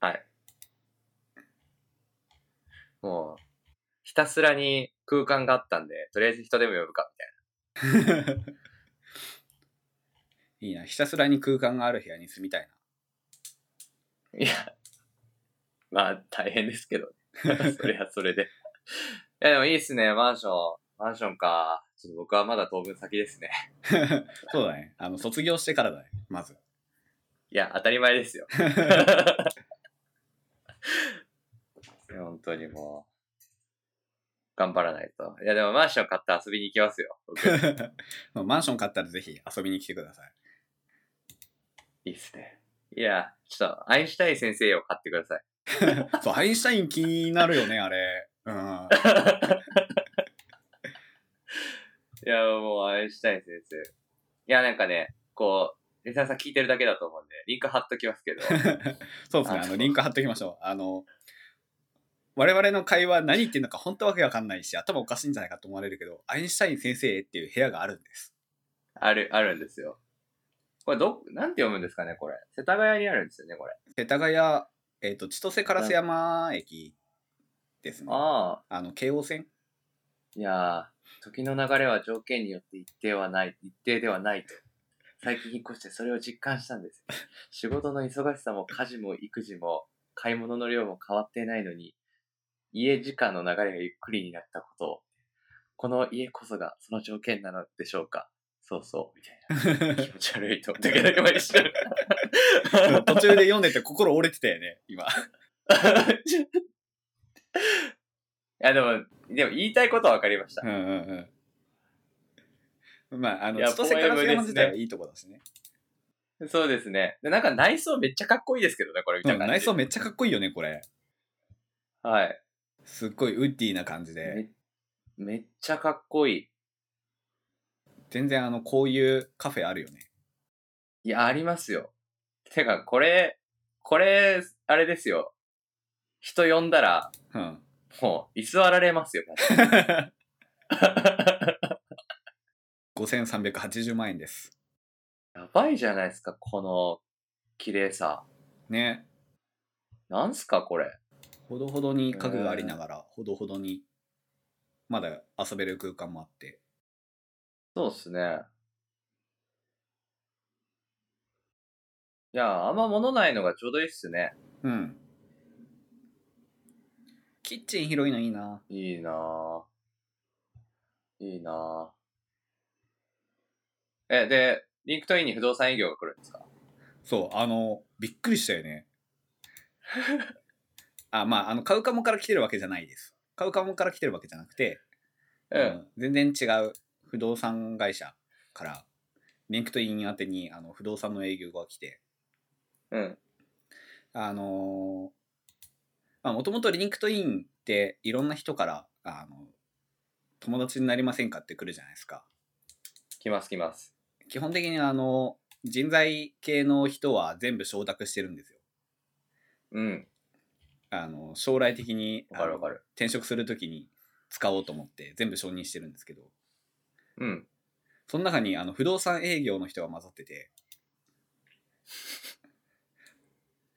[SPEAKER 1] う。はい。もう、ひたすらに空間があったんで、とりあえず人でも呼ぶか、みたい
[SPEAKER 2] <laughs> いいな。ひたすらに空間がある部屋に住みたいな。 <laughs>
[SPEAKER 1] いや、 <laughs> まあ大変ですけど、 <laughs> それはそれで。いや、でもいいっすね、マンション。マンションか。ちょっと僕はまだ当分先ですね。
[SPEAKER 2] そうだね。あの、卒業してからだね、まず。
[SPEAKER 1] いや、当たり前です <laughs> よ。いや本当にもう、頑張らないと。いや、でもマンション買って遊びに行きますよ。僕い
[SPEAKER 2] <laughs> まあマンション買ったらぜひ遊びに来てください。
[SPEAKER 1] いっすね。いや、ちょっと、アインシュタイン先生を買ってくだ <laughs> さい。
[SPEAKER 2] そう、アインシュタイン気になるよね、あれ。うん。
[SPEAKER 1] いや、もうアインシュタイン先生。いや、なんかね、こう、リサさん聞いてるだけだと思うんで、リンク貼っときます <laughs> けど。
[SPEAKER 2] そうですね。あの、リンク貼っときましょう。あの、我々の会話何言ってんのか本当わけわかんないし、頭おかしいんじゃないかと思われるけど、アインシュタイン先生っていう部屋があるんです。
[SPEAKER 1] ある、あるんですよ。これ、ど、なんて読むんですかね、これ。世田谷にあるんですよね、これ。
[SPEAKER 2] 世田谷、えっ、と、千歳烏山駅ですね。
[SPEAKER 1] ああ、
[SPEAKER 2] あの、京王線 <laughs>
[SPEAKER 1] いやー、時の流れは条件によって一定はない、一定ではないと。最近引っ越してそれを実感したんです。仕事の忙しさも家事も育児も買い物の量も変わっていないのに、家時間の流れがゆっくりになったことを、この家こそがその条件なのでしょうか。そうそう、みたいな。気持ち悪いと。だけだけまでして <laughs> る。
[SPEAKER 2] 途中で読んでて心折れてたよね、今。
[SPEAKER 1] いや、でも、でも言いたいことは分かりました
[SPEAKER 2] う。んうんうん。まあ、あの、
[SPEAKER 1] いや
[SPEAKER 2] 千歳烏山自体はいいとこだしね。
[SPEAKER 1] そうですね。で、なんか内装めっちゃかっこいいですけどね、これ見た
[SPEAKER 2] うん
[SPEAKER 1] 感じ。
[SPEAKER 2] 内装めっちゃかっこいいよね、これ。
[SPEAKER 1] はい。
[SPEAKER 2] すっごいウッディな感じで。
[SPEAKER 1] めめっちゃかっこいい。
[SPEAKER 2] 全然、あの、こういうカフェあるよね。
[SPEAKER 1] いや、ありますよ。てか、これ、これ、あれですよ。人呼んだら、
[SPEAKER 2] うん。 <laughs>
[SPEAKER 1] もう、居座られますよ。
[SPEAKER 2] 5380万円です。
[SPEAKER 1] やばいじゃないですか、この、綺麗さ。
[SPEAKER 2] ね。
[SPEAKER 1] なんすか、これ。
[SPEAKER 2] ほどほどに家具がありながら、ほどほどに、まだ遊べる空間もあって。
[SPEAKER 1] そうっすね。いや、あんま物ないのがちょうどいいっすね。
[SPEAKER 2] うん。キッチン広いのいいな。
[SPEAKER 1] いいなぁ。いいなぁ。え、で、リンクトインに不動産営業が来るんですか
[SPEAKER 2] そう、あの、びっくりしたよ <laughs> ね。あ、まあ、あの、買うかもから来てるわけじゃないです。買うかもから来てるわけじゃなくて、
[SPEAKER 1] う
[SPEAKER 2] あ
[SPEAKER 1] ん。
[SPEAKER 2] の全然違う不動産会社から、リンクトイン宛てにあの不動産の営業が来て、
[SPEAKER 1] うん。
[SPEAKER 2] あのーまあ、もともとリンクトインっていろんな人から、あの、友達になりませんかって来るじゃないですか。
[SPEAKER 1] 来ます来ます。
[SPEAKER 2] 基本的にあの、人材系の人は全部承諾してるんですよ。
[SPEAKER 1] うん。
[SPEAKER 2] あの、将来的に、
[SPEAKER 1] わかるわか
[SPEAKER 2] あの
[SPEAKER 1] る。
[SPEAKER 2] 転職するときに使おうと思って全部承認してるんですけど、
[SPEAKER 1] <laughs> うん。
[SPEAKER 2] その中にあの不動産営業の人が混ざってて、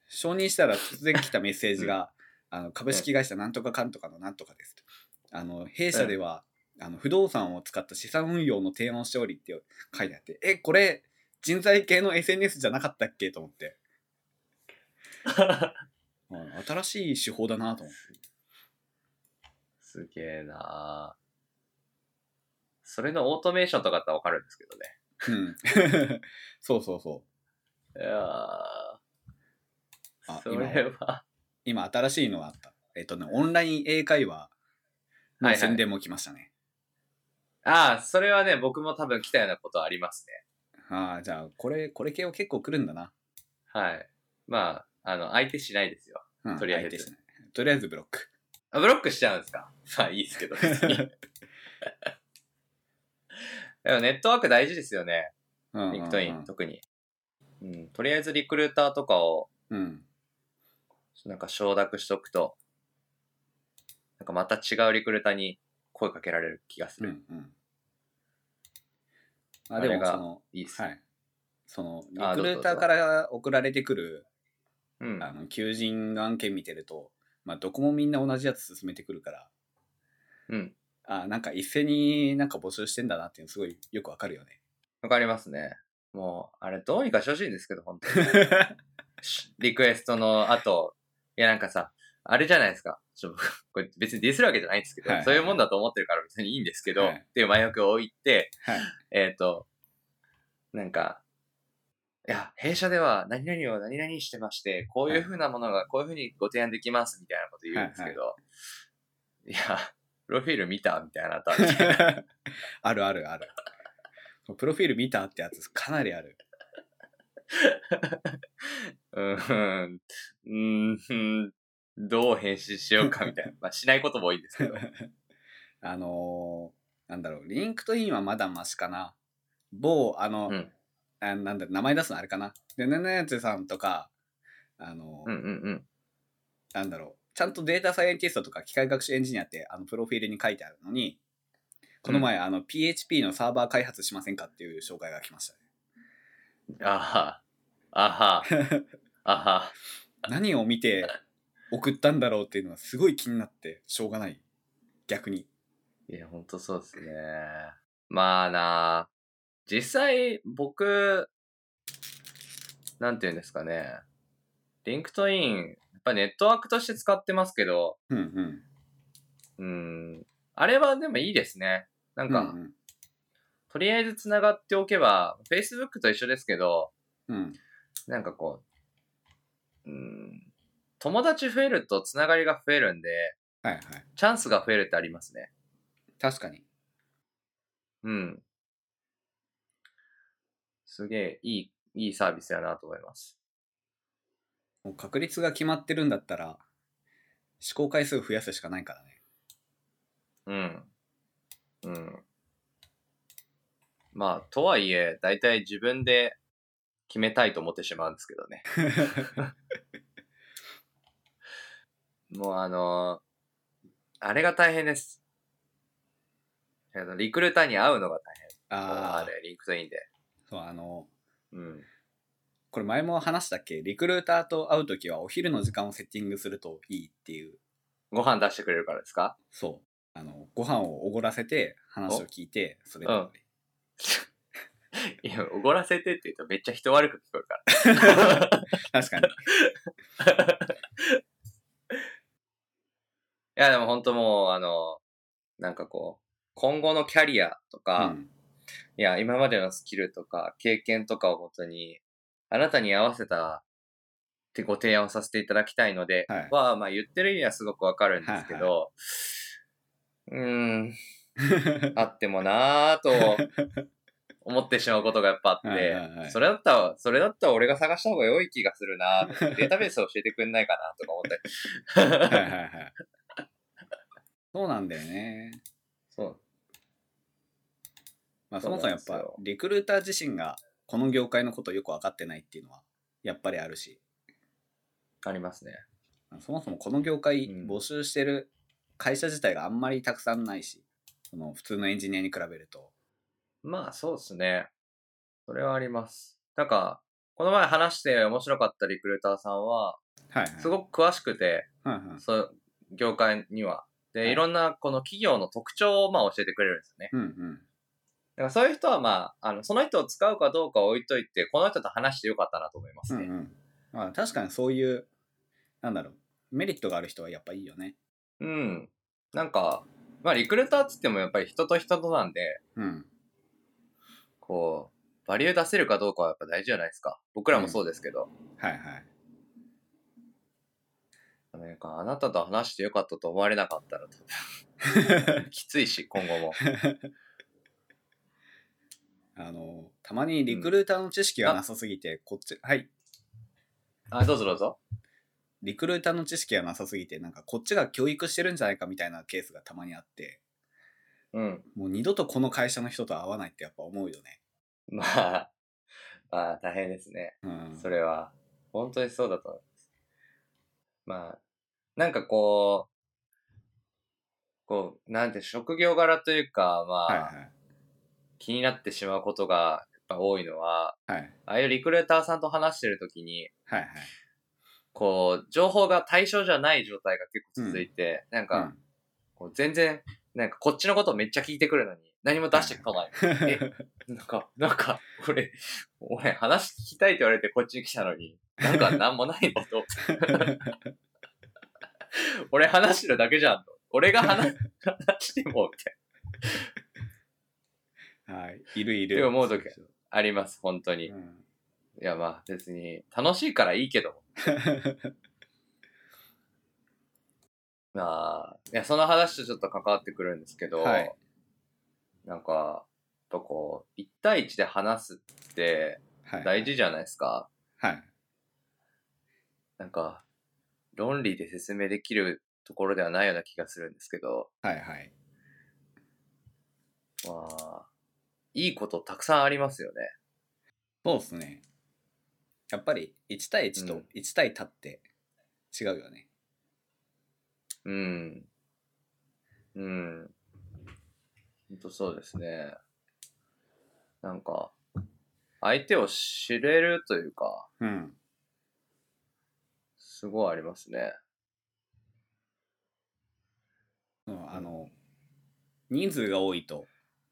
[SPEAKER 2] 承認したら突然来たメッセージが、あの株式会社なんとかかんとかのなんとかですと。あの弊社では、あの不動産を使った資産運用の提案をしておりって書いてあって、え、これ人材系の SNS じゃなかったっけと思って、うん新しい手法だなと思って。
[SPEAKER 1] すげえなぁ。それのオートメーションとかだったらわかるんですけどね。
[SPEAKER 2] うん、 <laughs> そうそうそう。
[SPEAKER 1] いや
[SPEAKER 2] あ
[SPEAKER 1] ーそれは、
[SPEAKER 2] 今新しいのがあった。えっとね、オンライン英会話
[SPEAKER 1] は
[SPEAKER 2] の
[SPEAKER 1] いはい
[SPEAKER 2] 宣伝も来ましたね。
[SPEAKER 1] ああ、それはね、僕も多分来たようなことあります
[SPEAKER 2] ああ、じゃあ、これ、これ系は結構来るんだな。
[SPEAKER 1] ね。はい。まあ、あの、相手しないですよ。
[SPEAKER 2] うん
[SPEAKER 1] とりあえず
[SPEAKER 2] 相手しないとりあえずブロック。
[SPEAKER 1] あ、ブロックしちゃうんですか <laughs> まあいいですけど。別 <laughs> にでもネットワーク大事ですよね。
[SPEAKER 2] うん
[SPEAKER 1] リンクトイン、特に。うん。とりあえずリクルーターとかを、
[SPEAKER 2] うん。
[SPEAKER 1] なんか承諾しとくと、なんかまた違うリクルーターに声かけられる気がす
[SPEAKER 2] うん。う
[SPEAKER 1] る。
[SPEAKER 2] ん。あ、で
[SPEAKER 1] あれ
[SPEAKER 2] も、
[SPEAKER 1] が
[SPEAKER 2] その、
[SPEAKER 1] いいっす
[SPEAKER 2] は
[SPEAKER 1] ね。
[SPEAKER 2] い。その、リ
[SPEAKER 1] あ
[SPEAKER 2] クルーターから送られてくる、
[SPEAKER 1] うん。
[SPEAKER 2] あの、求人案件見てると、まあ、どこもみんな同じやつ進めてくるから、
[SPEAKER 1] うん。
[SPEAKER 2] あなんか一斉になんか募集してんだなっていうのすごい
[SPEAKER 1] <laughs>
[SPEAKER 2] よくわかるよね。 <laughs>
[SPEAKER 1] わかりますね。もう、あれどうにかしてほしいんですけど、本当に。リクエストの後、いやなんかさ、あれじゃないですか。ちょ僕これ別にディスるわけじゃないんですけど、
[SPEAKER 2] はい
[SPEAKER 1] そういうもんだと思ってるから別にいいんですけど、
[SPEAKER 2] はい
[SPEAKER 1] っていう前置きを置いて、
[SPEAKER 2] はい <laughs>
[SPEAKER 1] えっ、と、なんか、いや、弊社では何々を何々してまして、こういうふうなものが、こういうふうにご提案できますみたいなこと言うんですけど、いや、プロフィール見たみたいな、あなた <laughs> みたいな
[SPEAKER 2] あるあるある。プロフィール見たってやつかなりある。
[SPEAKER 1] うーん、うーん、どう返信しようかみたいな。まあ、しないことも多いんです <laughs> けど。
[SPEAKER 2] あのーなんだろう、リンクトインはまだマシかな。某、あの、
[SPEAKER 1] うん
[SPEAKER 2] あなんだろう、名前出すのあれかな。で、ななやつさんとか、あのー
[SPEAKER 1] うんうんうん。
[SPEAKER 2] なんだろう、ちゃんとデータサイエンティストとか機械学習エンジニアって、あの、プロフィールに書いてあるのに、この前、あの、PHP のサーバー開発しませんかっていう紹介が来ましたね。
[SPEAKER 1] あは。あは。あは。
[SPEAKER 2] 何を見て送ったんだろうっていうのはすごい気になってしょうがない逆に
[SPEAKER 1] いや、ほんとそうですね。まあなあ、実際、僕、なんていうんですかね。リンクトイン、やっぱネットワークとして使ってますけど、
[SPEAKER 2] うんうん
[SPEAKER 1] うん、あれはでもいいですね。なんか、
[SPEAKER 2] うん
[SPEAKER 1] とりあえず繋がっておけば、Facebook と一緒ですけど、
[SPEAKER 2] うんうん
[SPEAKER 1] なんかこう、うん、友達増えるとつながりが増えるんで、
[SPEAKER 2] はいはい
[SPEAKER 1] チャンスが増えるってありますね。
[SPEAKER 2] 確かに
[SPEAKER 1] うん。すげえ、いい、いいサービスやなと思います。
[SPEAKER 2] もう確率が決まってるんだったら試行回数増やすしかないからね
[SPEAKER 1] うん。うん。まあ、とはいえ、大体自分で決めたいと思ってしまうんですけどね。もうあのーあれが大変です。あのリクルーターに会うのが大変。あ
[SPEAKER 2] ああ
[SPEAKER 1] れ、リンクトインで。
[SPEAKER 2] そうあの
[SPEAKER 1] うん。
[SPEAKER 2] これ前も話したっけリクルーターと会う時はお昼の時間をセッティングするといいっていう
[SPEAKER 1] ご飯出してくれるからですか <laughs>
[SPEAKER 2] そうあのご飯をおごらせて話を聞いてそれで、
[SPEAKER 1] うんいや、おごらせてって言うとめっちゃ人悪く聞こえるから。
[SPEAKER 2] 確
[SPEAKER 1] <laughs>
[SPEAKER 2] かに
[SPEAKER 1] いや、でも本当もう、あの、なんかこう、今後のキャリアとか、
[SPEAKER 2] うん
[SPEAKER 1] いや、今までのスキルとか、経験とかをもとに、あなたに合わせた、ってご提案をさせていただきたいので、
[SPEAKER 2] はい
[SPEAKER 1] は、まあ言ってる意味はすごくわかるんですけど、うーん、あってもなぁと、思ってしまうことがやっぱあっ
[SPEAKER 2] <laughs> はい
[SPEAKER 1] て
[SPEAKER 2] はいはい、
[SPEAKER 1] それだったら、それだったら俺が探した方が良い気がするなぁ、データベース教えてくんないかなとか思ったり
[SPEAKER 2] はいはいはい。そうなんだよね。
[SPEAKER 1] そう。
[SPEAKER 2] まあ
[SPEAKER 1] そ
[SPEAKER 2] そ
[SPEAKER 1] な
[SPEAKER 2] うも
[SPEAKER 1] ん
[SPEAKER 2] そもやっ
[SPEAKER 1] です
[SPEAKER 2] ぱ
[SPEAKER 1] よ
[SPEAKER 2] リクルーター自身がこの業界のことをよく分かってないっていうのはやっぱりあるし、
[SPEAKER 1] ありますね。
[SPEAKER 2] そもそもこの業界
[SPEAKER 1] うん
[SPEAKER 2] 募集してる会社自体があんまりたくさんないし、その普通のエンジニアに比べると。
[SPEAKER 1] まあ、そうですね。それはあります。なんか、この前話して面白かったリクルーターさんは、
[SPEAKER 2] はい、
[SPEAKER 1] すごく詳しくて、
[SPEAKER 2] はいはい
[SPEAKER 1] そう、業界には。
[SPEAKER 2] は
[SPEAKER 1] で、
[SPEAKER 2] い
[SPEAKER 1] いろんなこの企業の特徴をまあ教えてくれるんですよね。
[SPEAKER 2] うんうん。
[SPEAKER 1] だからそういう人はまあ、あの、その人を使うかどうかは置いといて、この人と話してよかったなと思います
[SPEAKER 2] うん
[SPEAKER 1] ね。
[SPEAKER 2] うん。まあ確かにそういう、なんだろう、メリットがある人はやっぱいいよね。
[SPEAKER 1] うん。なんか、まあ、リクルーターっつってもやっぱり人と人となんで、
[SPEAKER 2] うん。
[SPEAKER 1] こう、バリュー出せるかどうかはやっぱ大事じゃないですか。僕らもそうですけど。
[SPEAKER 2] はいはい。
[SPEAKER 1] なんか、あなたと話してよかったと思われなかったら、多
[SPEAKER 2] <laughs>
[SPEAKER 1] 分きついし、今後も。
[SPEAKER 2] あの、たまにリクルーターの知識がなさすぎて、こっち、はい。
[SPEAKER 1] あ、どうぞどうぞ。
[SPEAKER 2] リクルーターの知識がなさすぎてなんかこっちが教育してるんじゃないかみたいなケースがたまにあって
[SPEAKER 1] うん。
[SPEAKER 2] もう二度とこの会社の人と会わないってやっぱ思うよね。
[SPEAKER 1] まあ、まあ、大変ですね。
[SPEAKER 2] うん、
[SPEAKER 1] それは。本当にそうだと思います。まあ、なんかこう、こう、なんて、職業柄というか、まあ、
[SPEAKER 2] はいはい
[SPEAKER 1] 気になってしまうことが、やっぱ多いのは、
[SPEAKER 2] はい
[SPEAKER 1] ああいうリクルーターさんと話してるときに、
[SPEAKER 2] はいはい。
[SPEAKER 1] こう、情報が対象じゃない状態が結構続いて、なんか、こう全然、なんかこっちのことめっちゃ聞いてくるのに、何も出してこない。
[SPEAKER 2] うん
[SPEAKER 1] えなんか、なんか、俺、俺話聞きたいって言われてこっちに来たのに、なんかなんもないんだと。俺話してるだけじゃんと。俺が話話しても、みたい
[SPEAKER 2] はい。いるいる。
[SPEAKER 1] って思う時な。あります、本当に。い
[SPEAKER 2] うん
[SPEAKER 1] や、まあ別に、楽しいからいいけ
[SPEAKER 2] <laughs>
[SPEAKER 1] ど。まあ、いや、その話とちょっと関わってくるんですけど、
[SPEAKER 2] はい
[SPEAKER 1] なんか、やっぱこう、1対1で話すって
[SPEAKER 2] はい。
[SPEAKER 1] 大事じゃないですか。
[SPEAKER 2] はい。
[SPEAKER 1] なんか、論理で説明できるところではないような気がするんですけど、
[SPEAKER 2] はいはい。
[SPEAKER 1] まあ、いいことたくさんありますよね。
[SPEAKER 2] そうですね。やっぱり1対1
[SPEAKER 1] う
[SPEAKER 2] と
[SPEAKER 1] ん
[SPEAKER 2] 1対多って違うよね。
[SPEAKER 1] うん。うん。ほんとそうですね。なんか、相手を知れるというか、
[SPEAKER 2] うん。
[SPEAKER 1] すごいありますね。
[SPEAKER 2] うんあの、人数が多いと、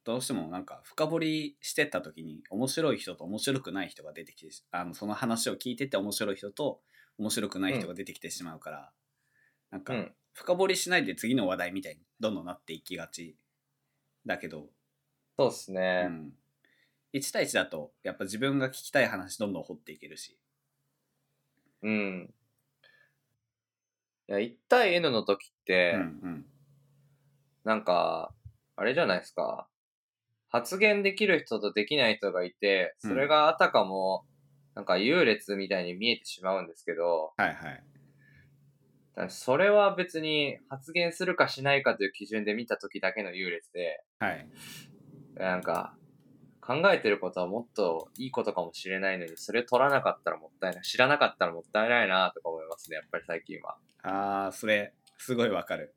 [SPEAKER 2] どうしてもなんか深掘りしてった時に面白い人と面白くない人が出てきてしあのその話を聞いてて面白い人と面白くない人が出てきてしまうから、なん
[SPEAKER 1] う
[SPEAKER 2] か
[SPEAKER 1] ん。
[SPEAKER 2] 深掘りしないで次の話題みたいにどんどんなっていきがちだけど、
[SPEAKER 1] そうです
[SPEAKER 2] う
[SPEAKER 1] ね。
[SPEAKER 2] ん、1対1だとやっぱ自分が聞きたい話どんどん掘っていけるし、
[SPEAKER 1] うん。いや、1対 N の時って、
[SPEAKER 2] うんうん、
[SPEAKER 1] なんか、あれじゃないですか。発言できる人とできない人がいて、それがあたかも、なんか優劣みたいに見えてしまうんですけど、
[SPEAKER 2] はいはい
[SPEAKER 1] だからそれは別に発言するかしないかという基準で見た時だけの優劣で、
[SPEAKER 2] はい
[SPEAKER 1] なんか、考えてることはもっといいことかもしれないのに、それ取らなかったらもったいない。知らなかったらもったいないなとか思いますね、やっぱり最近は。
[SPEAKER 2] あーそれすごいわかる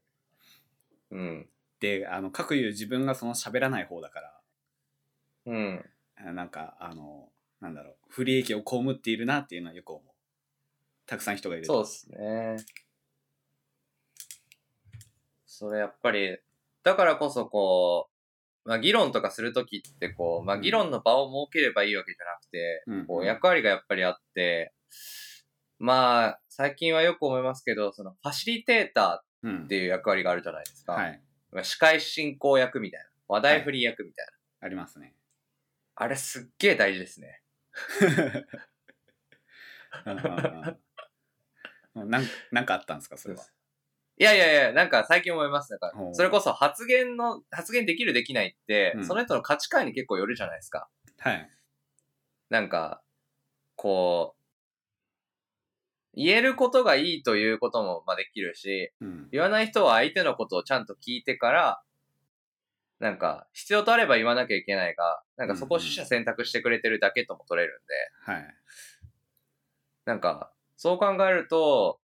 [SPEAKER 1] うん。
[SPEAKER 2] であの各言う自分がその喋らない方だから
[SPEAKER 1] うん。
[SPEAKER 2] あなんかあのなんだろう不利益を被っているなっていうのはよく思うたくさん人がいる
[SPEAKER 1] そう
[SPEAKER 2] と
[SPEAKER 1] ですね。それやっぱり、だからこそこう、まあ議論とかするときってこう、まあ
[SPEAKER 2] うん
[SPEAKER 1] 議論の場を設ければいいわけじゃなくて、
[SPEAKER 2] うん
[SPEAKER 1] こう役割がやっぱりあって、まあ最近はよく思いますけど、そのファシリテータ
[SPEAKER 2] うん
[SPEAKER 1] ーっていう役割があるじゃないですか。
[SPEAKER 2] はい
[SPEAKER 1] まあ司会進行役みたいな。話題振り役みたいな。
[SPEAKER 2] ありますね <laughs>
[SPEAKER 1] あれすっげえ大事ですね。
[SPEAKER 2] うんうんうんなんなんかあったんですかそれはい
[SPEAKER 1] やいやいや、なんか最近思います。だか
[SPEAKER 2] ほう
[SPEAKER 1] ら、それこそ発言の、発言できるできないって、
[SPEAKER 2] うん
[SPEAKER 1] その人の価値観に結構よるじゃないですか。
[SPEAKER 2] はい
[SPEAKER 1] なんか、こう、言えることがいいということもまあできるし、
[SPEAKER 2] うん
[SPEAKER 1] 言わない人は相手のことをちゃんと聞いてから、なんか、必要とあれば言わなきゃいけないが、なんかそこを取捨選択してくれてるだけとも取れるんで、
[SPEAKER 2] はい
[SPEAKER 1] なんか、そう考えると、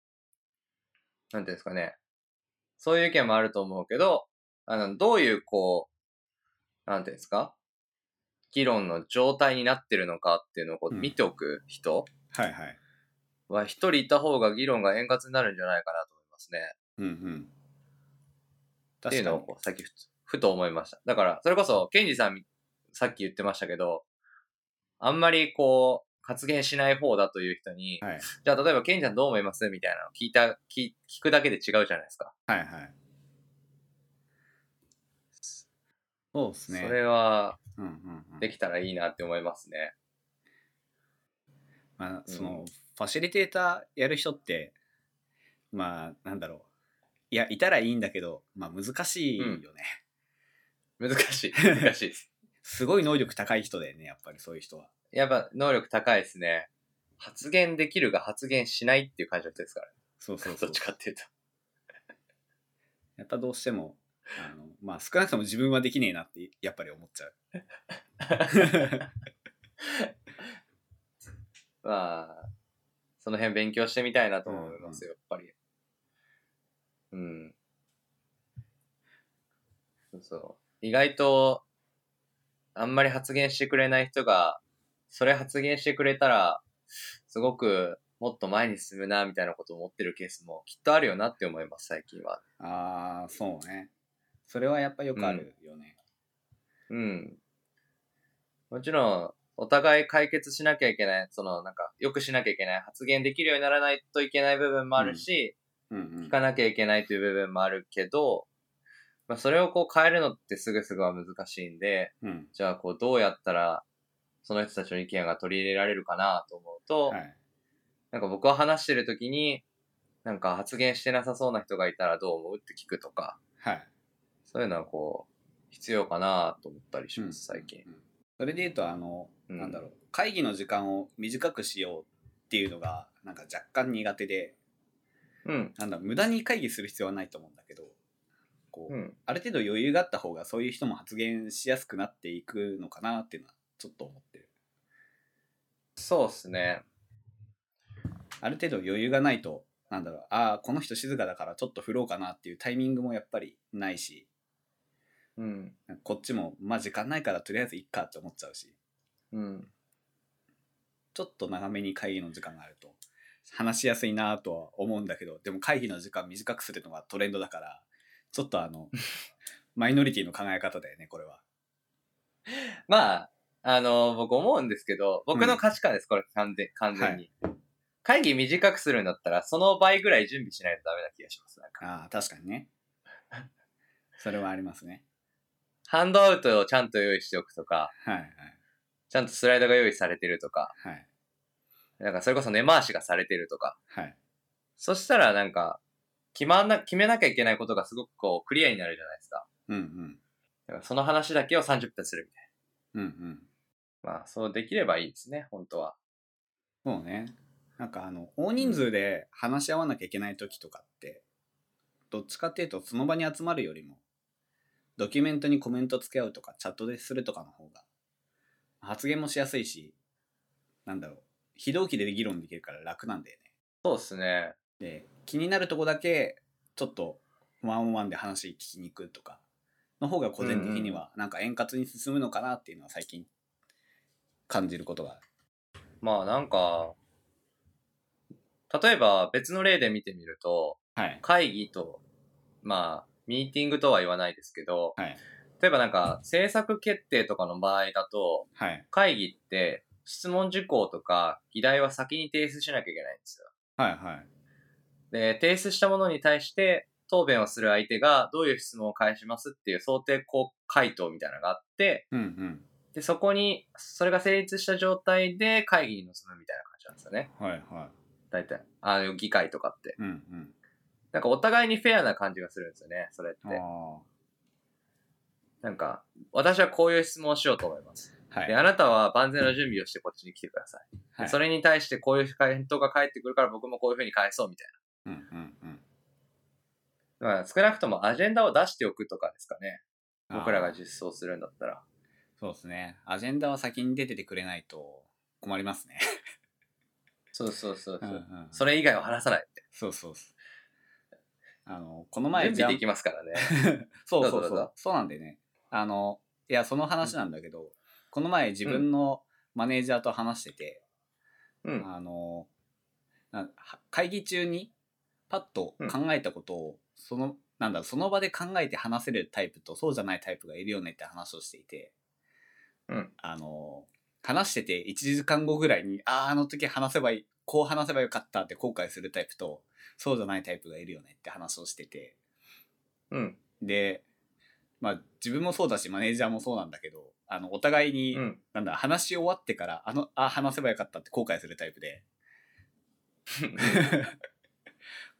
[SPEAKER 1] なんていうんですかね。そういう意見もあると思うけど、あの、どういう、こう、なんていうんですか議論の状態になってるのかっていうのをこう
[SPEAKER 2] うん
[SPEAKER 1] 見ておく人
[SPEAKER 2] はいはい
[SPEAKER 1] は一人いた方が議論が円滑になるんじゃないかなと思いますね。
[SPEAKER 2] うんうん
[SPEAKER 1] っていう
[SPEAKER 2] 確か
[SPEAKER 1] のを
[SPEAKER 2] に
[SPEAKER 1] こう、さっきふつふと思いました。だから、それこそ、ケンジさんみ、さっき言ってましたけど、あんまりこう、発言しない方だという人に、
[SPEAKER 2] はい
[SPEAKER 1] じゃあ、例えば、ケンちゃんどう思いますみたいなのを聞いた聞、聞くだけで違うじゃないですか。
[SPEAKER 2] はいはいそうですね
[SPEAKER 1] それは、
[SPEAKER 2] うんうんうん
[SPEAKER 1] できたらいいなって思いますね。
[SPEAKER 2] まあ、その、
[SPEAKER 1] うん
[SPEAKER 2] ファシリテーターやる人ってまあなんだろういやいたらいいんだけど、まあ、難しいよね、
[SPEAKER 1] 難
[SPEAKER 2] <laughs>
[SPEAKER 1] しい。難しいです。
[SPEAKER 2] すごい能力高い人だよねやっぱりそういう人は
[SPEAKER 1] やっぱ、能力高いですね。発言できるが発言しないっていう感じの人ですから、ね、
[SPEAKER 2] そうそう
[SPEAKER 1] <laughs>
[SPEAKER 2] そ
[SPEAKER 1] ど
[SPEAKER 2] う
[SPEAKER 1] っちかっていうと。
[SPEAKER 2] やっぱどうしてもあのまあ少なくとも自分はできねえなってやっぱり思っ
[SPEAKER 1] <laughs>
[SPEAKER 2] ちゃう
[SPEAKER 1] まあ、その辺勉強してみたいなと思いますよ、やっぱり。うん。そうそう。意外と、あんまり発言してくれない人が、それ発言してくれたら、すごくもっと前に進むな、みたいなことを思ってるケースもきっとあるよなって思います、最近は。
[SPEAKER 2] ああそうねそれはやっぱよくあるよね、
[SPEAKER 1] うん。もちろん、お互い解決しなきゃいけない、その、なんか、よくしなきゃいけない、発言できるようにならないといけない部分もあるし、
[SPEAKER 2] うんうん
[SPEAKER 1] 聞かなきゃいけないという部分もあるけど、まあ、それをこう変えるのってすぐすぐは難しいんで、
[SPEAKER 2] うん
[SPEAKER 1] じゃあ、こう、どうやったら、その人たちの意見が取り入れられるかなと思うと、
[SPEAKER 2] はい
[SPEAKER 1] なんか僕は話してる時に、なんか発言してなさそうな人がいたらどう思うって聞くとか、
[SPEAKER 2] はい
[SPEAKER 1] そういうのはこう、必要かなと思ったりします、最近。
[SPEAKER 2] うんそれで言うとあの、
[SPEAKER 1] うん
[SPEAKER 2] なんだろう会議の時間を短くしようっていうのがなんか若干苦手で
[SPEAKER 1] うん。
[SPEAKER 2] なんだ無駄に会議する必要はないと思うんだけどこう、
[SPEAKER 1] うん。
[SPEAKER 2] ある程度余裕があった方がそういう人も発言しやすくなっていくのかなっていうのはちょっと思ってる
[SPEAKER 1] そうっすね。
[SPEAKER 2] ある程度余裕がないとなんだろうああこの人静かだからちょっと振ろうかなっていうタイミングもやっぱりないし
[SPEAKER 1] うん。
[SPEAKER 2] こっちもまあ時間ないからとりあえずいっかって思っちゃうし
[SPEAKER 1] うん。
[SPEAKER 2] ちょっと長めに会議の時間があると話しやすいなとは思うんだけどでも会議の時間短くするのがトレンドだからちょっとあのマイノリティの考え方だよねこれは。
[SPEAKER 1] まあ、あの僕思うんですけど、僕の価値観です、これ、完全完全に、会議短くするんだったら、その倍ぐらい準備しないとダメな気がします。なんか、
[SPEAKER 2] ああ確かにね。それはありますね。
[SPEAKER 1] ハンドアウトをちゃんと用意しておくとか、
[SPEAKER 2] はいはい
[SPEAKER 1] ちゃんとスライドが用意されてるとか、
[SPEAKER 2] はい
[SPEAKER 1] なんかそれこそ根回しがされてるとか、
[SPEAKER 2] はい。
[SPEAKER 1] そしたらなんか、決まんな、決めなきゃいけないことがすごくこう、クリアになるじゃないですか。
[SPEAKER 2] うんうん
[SPEAKER 1] だからその話だけを30分するみたい
[SPEAKER 2] うんうん。
[SPEAKER 1] な。まあ、そうできればいいですね、本当は。
[SPEAKER 2] そうね。なんかあの大人数で話し合わなきゃいけない時とかって、どっちかっていうとその場に集まるよりもドキュメントにコメント付け合うとかチャットでするとかの方が発言もしやすいしなんだろう非同期で議論できるから楽なんだよね。
[SPEAKER 1] そうですね。
[SPEAKER 2] で気になるとこだけちょっとワンオンワンで話聞きに行くとかの方が個人的にはなんか円滑に進むのかなっていうのは最近感じることがある。
[SPEAKER 1] まあなんか、例えば別の例で見てみると、
[SPEAKER 2] はい
[SPEAKER 1] 会議と、まあ、ミーティングとは言わないですけど、
[SPEAKER 2] はい
[SPEAKER 1] 例えばなんか政策決定とかの場合だと、
[SPEAKER 2] はい
[SPEAKER 1] 会議って質問事項とか議題は先に提出しなきゃいけないんですよ。
[SPEAKER 2] はいはい
[SPEAKER 1] で、提出したものに対して答弁をする相手がどういう質問を返しますっていう想定こう回答みたいなのがあって、
[SPEAKER 2] うんうん
[SPEAKER 1] で、そこに、それが成立した状態で会議に臨むみたいな感じなんですよね。
[SPEAKER 2] はいは
[SPEAKER 1] 大体。あの、議会とかって。
[SPEAKER 2] い。うんうん。
[SPEAKER 1] なんかお互いにフェアな感じがするんですよね、それっ
[SPEAKER 2] あ
[SPEAKER 1] て。
[SPEAKER 2] あ
[SPEAKER 1] なんか、私はこういう質問をしようと思います。
[SPEAKER 2] はい
[SPEAKER 1] で、あなたは万全の準備をしてこっちに来てください。で
[SPEAKER 2] はい。
[SPEAKER 1] それに対してこういう回答が返ってくるから僕もこういうふうに返そうみたい
[SPEAKER 2] うんうんう
[SPEAKER 1] な。
[SPEAKER 2] ん。
[SPEAKER 1] だから少なくともアジェンダを出しておくとかですかね。僕ら
[SPEAKER 2] あ
[SPEAKER 1] が
[SPEAKER 2] あ
[SPEAKER 1] 実装するんだったら。
[SPEAKER 2] そうですね。アジェンダは先に出ててくれないと困りますね。
[SPEAKER 1] そうそうそうそう、
[SPEAKER 2] うん <laughs> うん
[SPEAKER 1] それ以外は話さないって。
[SPEAKER 2] そうそうそう。あのこの前
[SPEAKER 1] 準
[SPEAKER 2] ジャ
[SPEAKER 1] 備で
[SPEAKER 2] ン
[SPEAKER 1] きますからね。
[SPEAKER 2] <laughs> そう
[SPEAKER 1] ど
[SPEAKER 2] そ
[SPEAKER 1] ぞど
[SPEAKER 2] ううそうう
[SPEAKER 1] ぞ
[SPEAKER 2] そうなんでねあのいやその話なんだけど、この前自分のマネージャーと話してて、
[SPEAKER 1] うん。
[SPEAKER 2] あのなは会議中にパッと考えたことをその、なんだろうその場で考えて話せるタイプとそうじゃないタイプがいるよねって話をしていて、
[SPEAKER 1] うん
[SPEAKER 2] あの話してて1時間後ぐらいにあああの時話せばいいこう話せばよかったって後悔するタイプとそうじゃないタイプがいるよねって話をしてて、
[SPEAKER 1] うん。
[SPEAKER 2] で、まあ、自分もそうだしマネージャーもそうなんだけどあのお互いに、
[SPEAKER 1] うん。
[SPEAKER 2] なんだ話し終わってからあのあ話せばよかったって後悔するタイプで <laughs>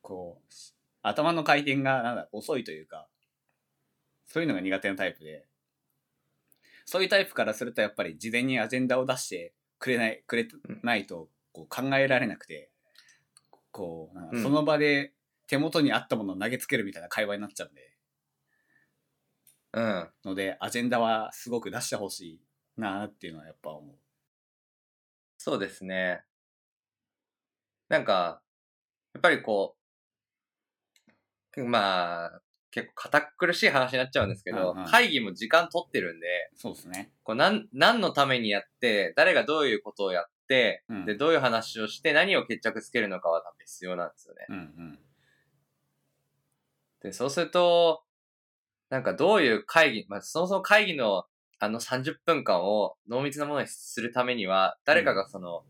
[SPEAKER 2] こう頭の回転がなんだ遅いというかそういうのが苦手なタイプでそういうタイプからするとやっぱり事前にアジェンダを出してくれないくれないとこう考えられなくてこうなん
[SPEAKER 1] う
[SPEAKER 2] か
[SPEAKER 1] ん
[SPEAKER 2] その場で手元にあったものを投げつけるみたいな会話になっちゃうんで。
[SPEAKER 1] うん。
[SPEAKER 2] のでアジェンダはすごく出してほしいなーっていうのはやっぱ思
[SPEAKER 1] そうですね。なんか、やっぱりこう、まあ、結構堅苦しい話になっちゃうんですけど、
[SPEAKER 2] うんうん
[SPEAKER 1] 会議も時間取ってるんで、
[SPEAKER 2] うそうですね
[SPEAKER 1] こうなん何のためにやって、誰がどういうことをやって、
[SPEAKER 2] うん
[SPEAKER 1] で、どういう話をして、何を決着つけるのかは多分必要なんですよね。
[SPEAKER 2] うんうん
[SPEAKER 1] で、そうすると、なんかどういう会議、まあ、そもそも会議のあの30分間を濃密なものにするためには、誰かがその、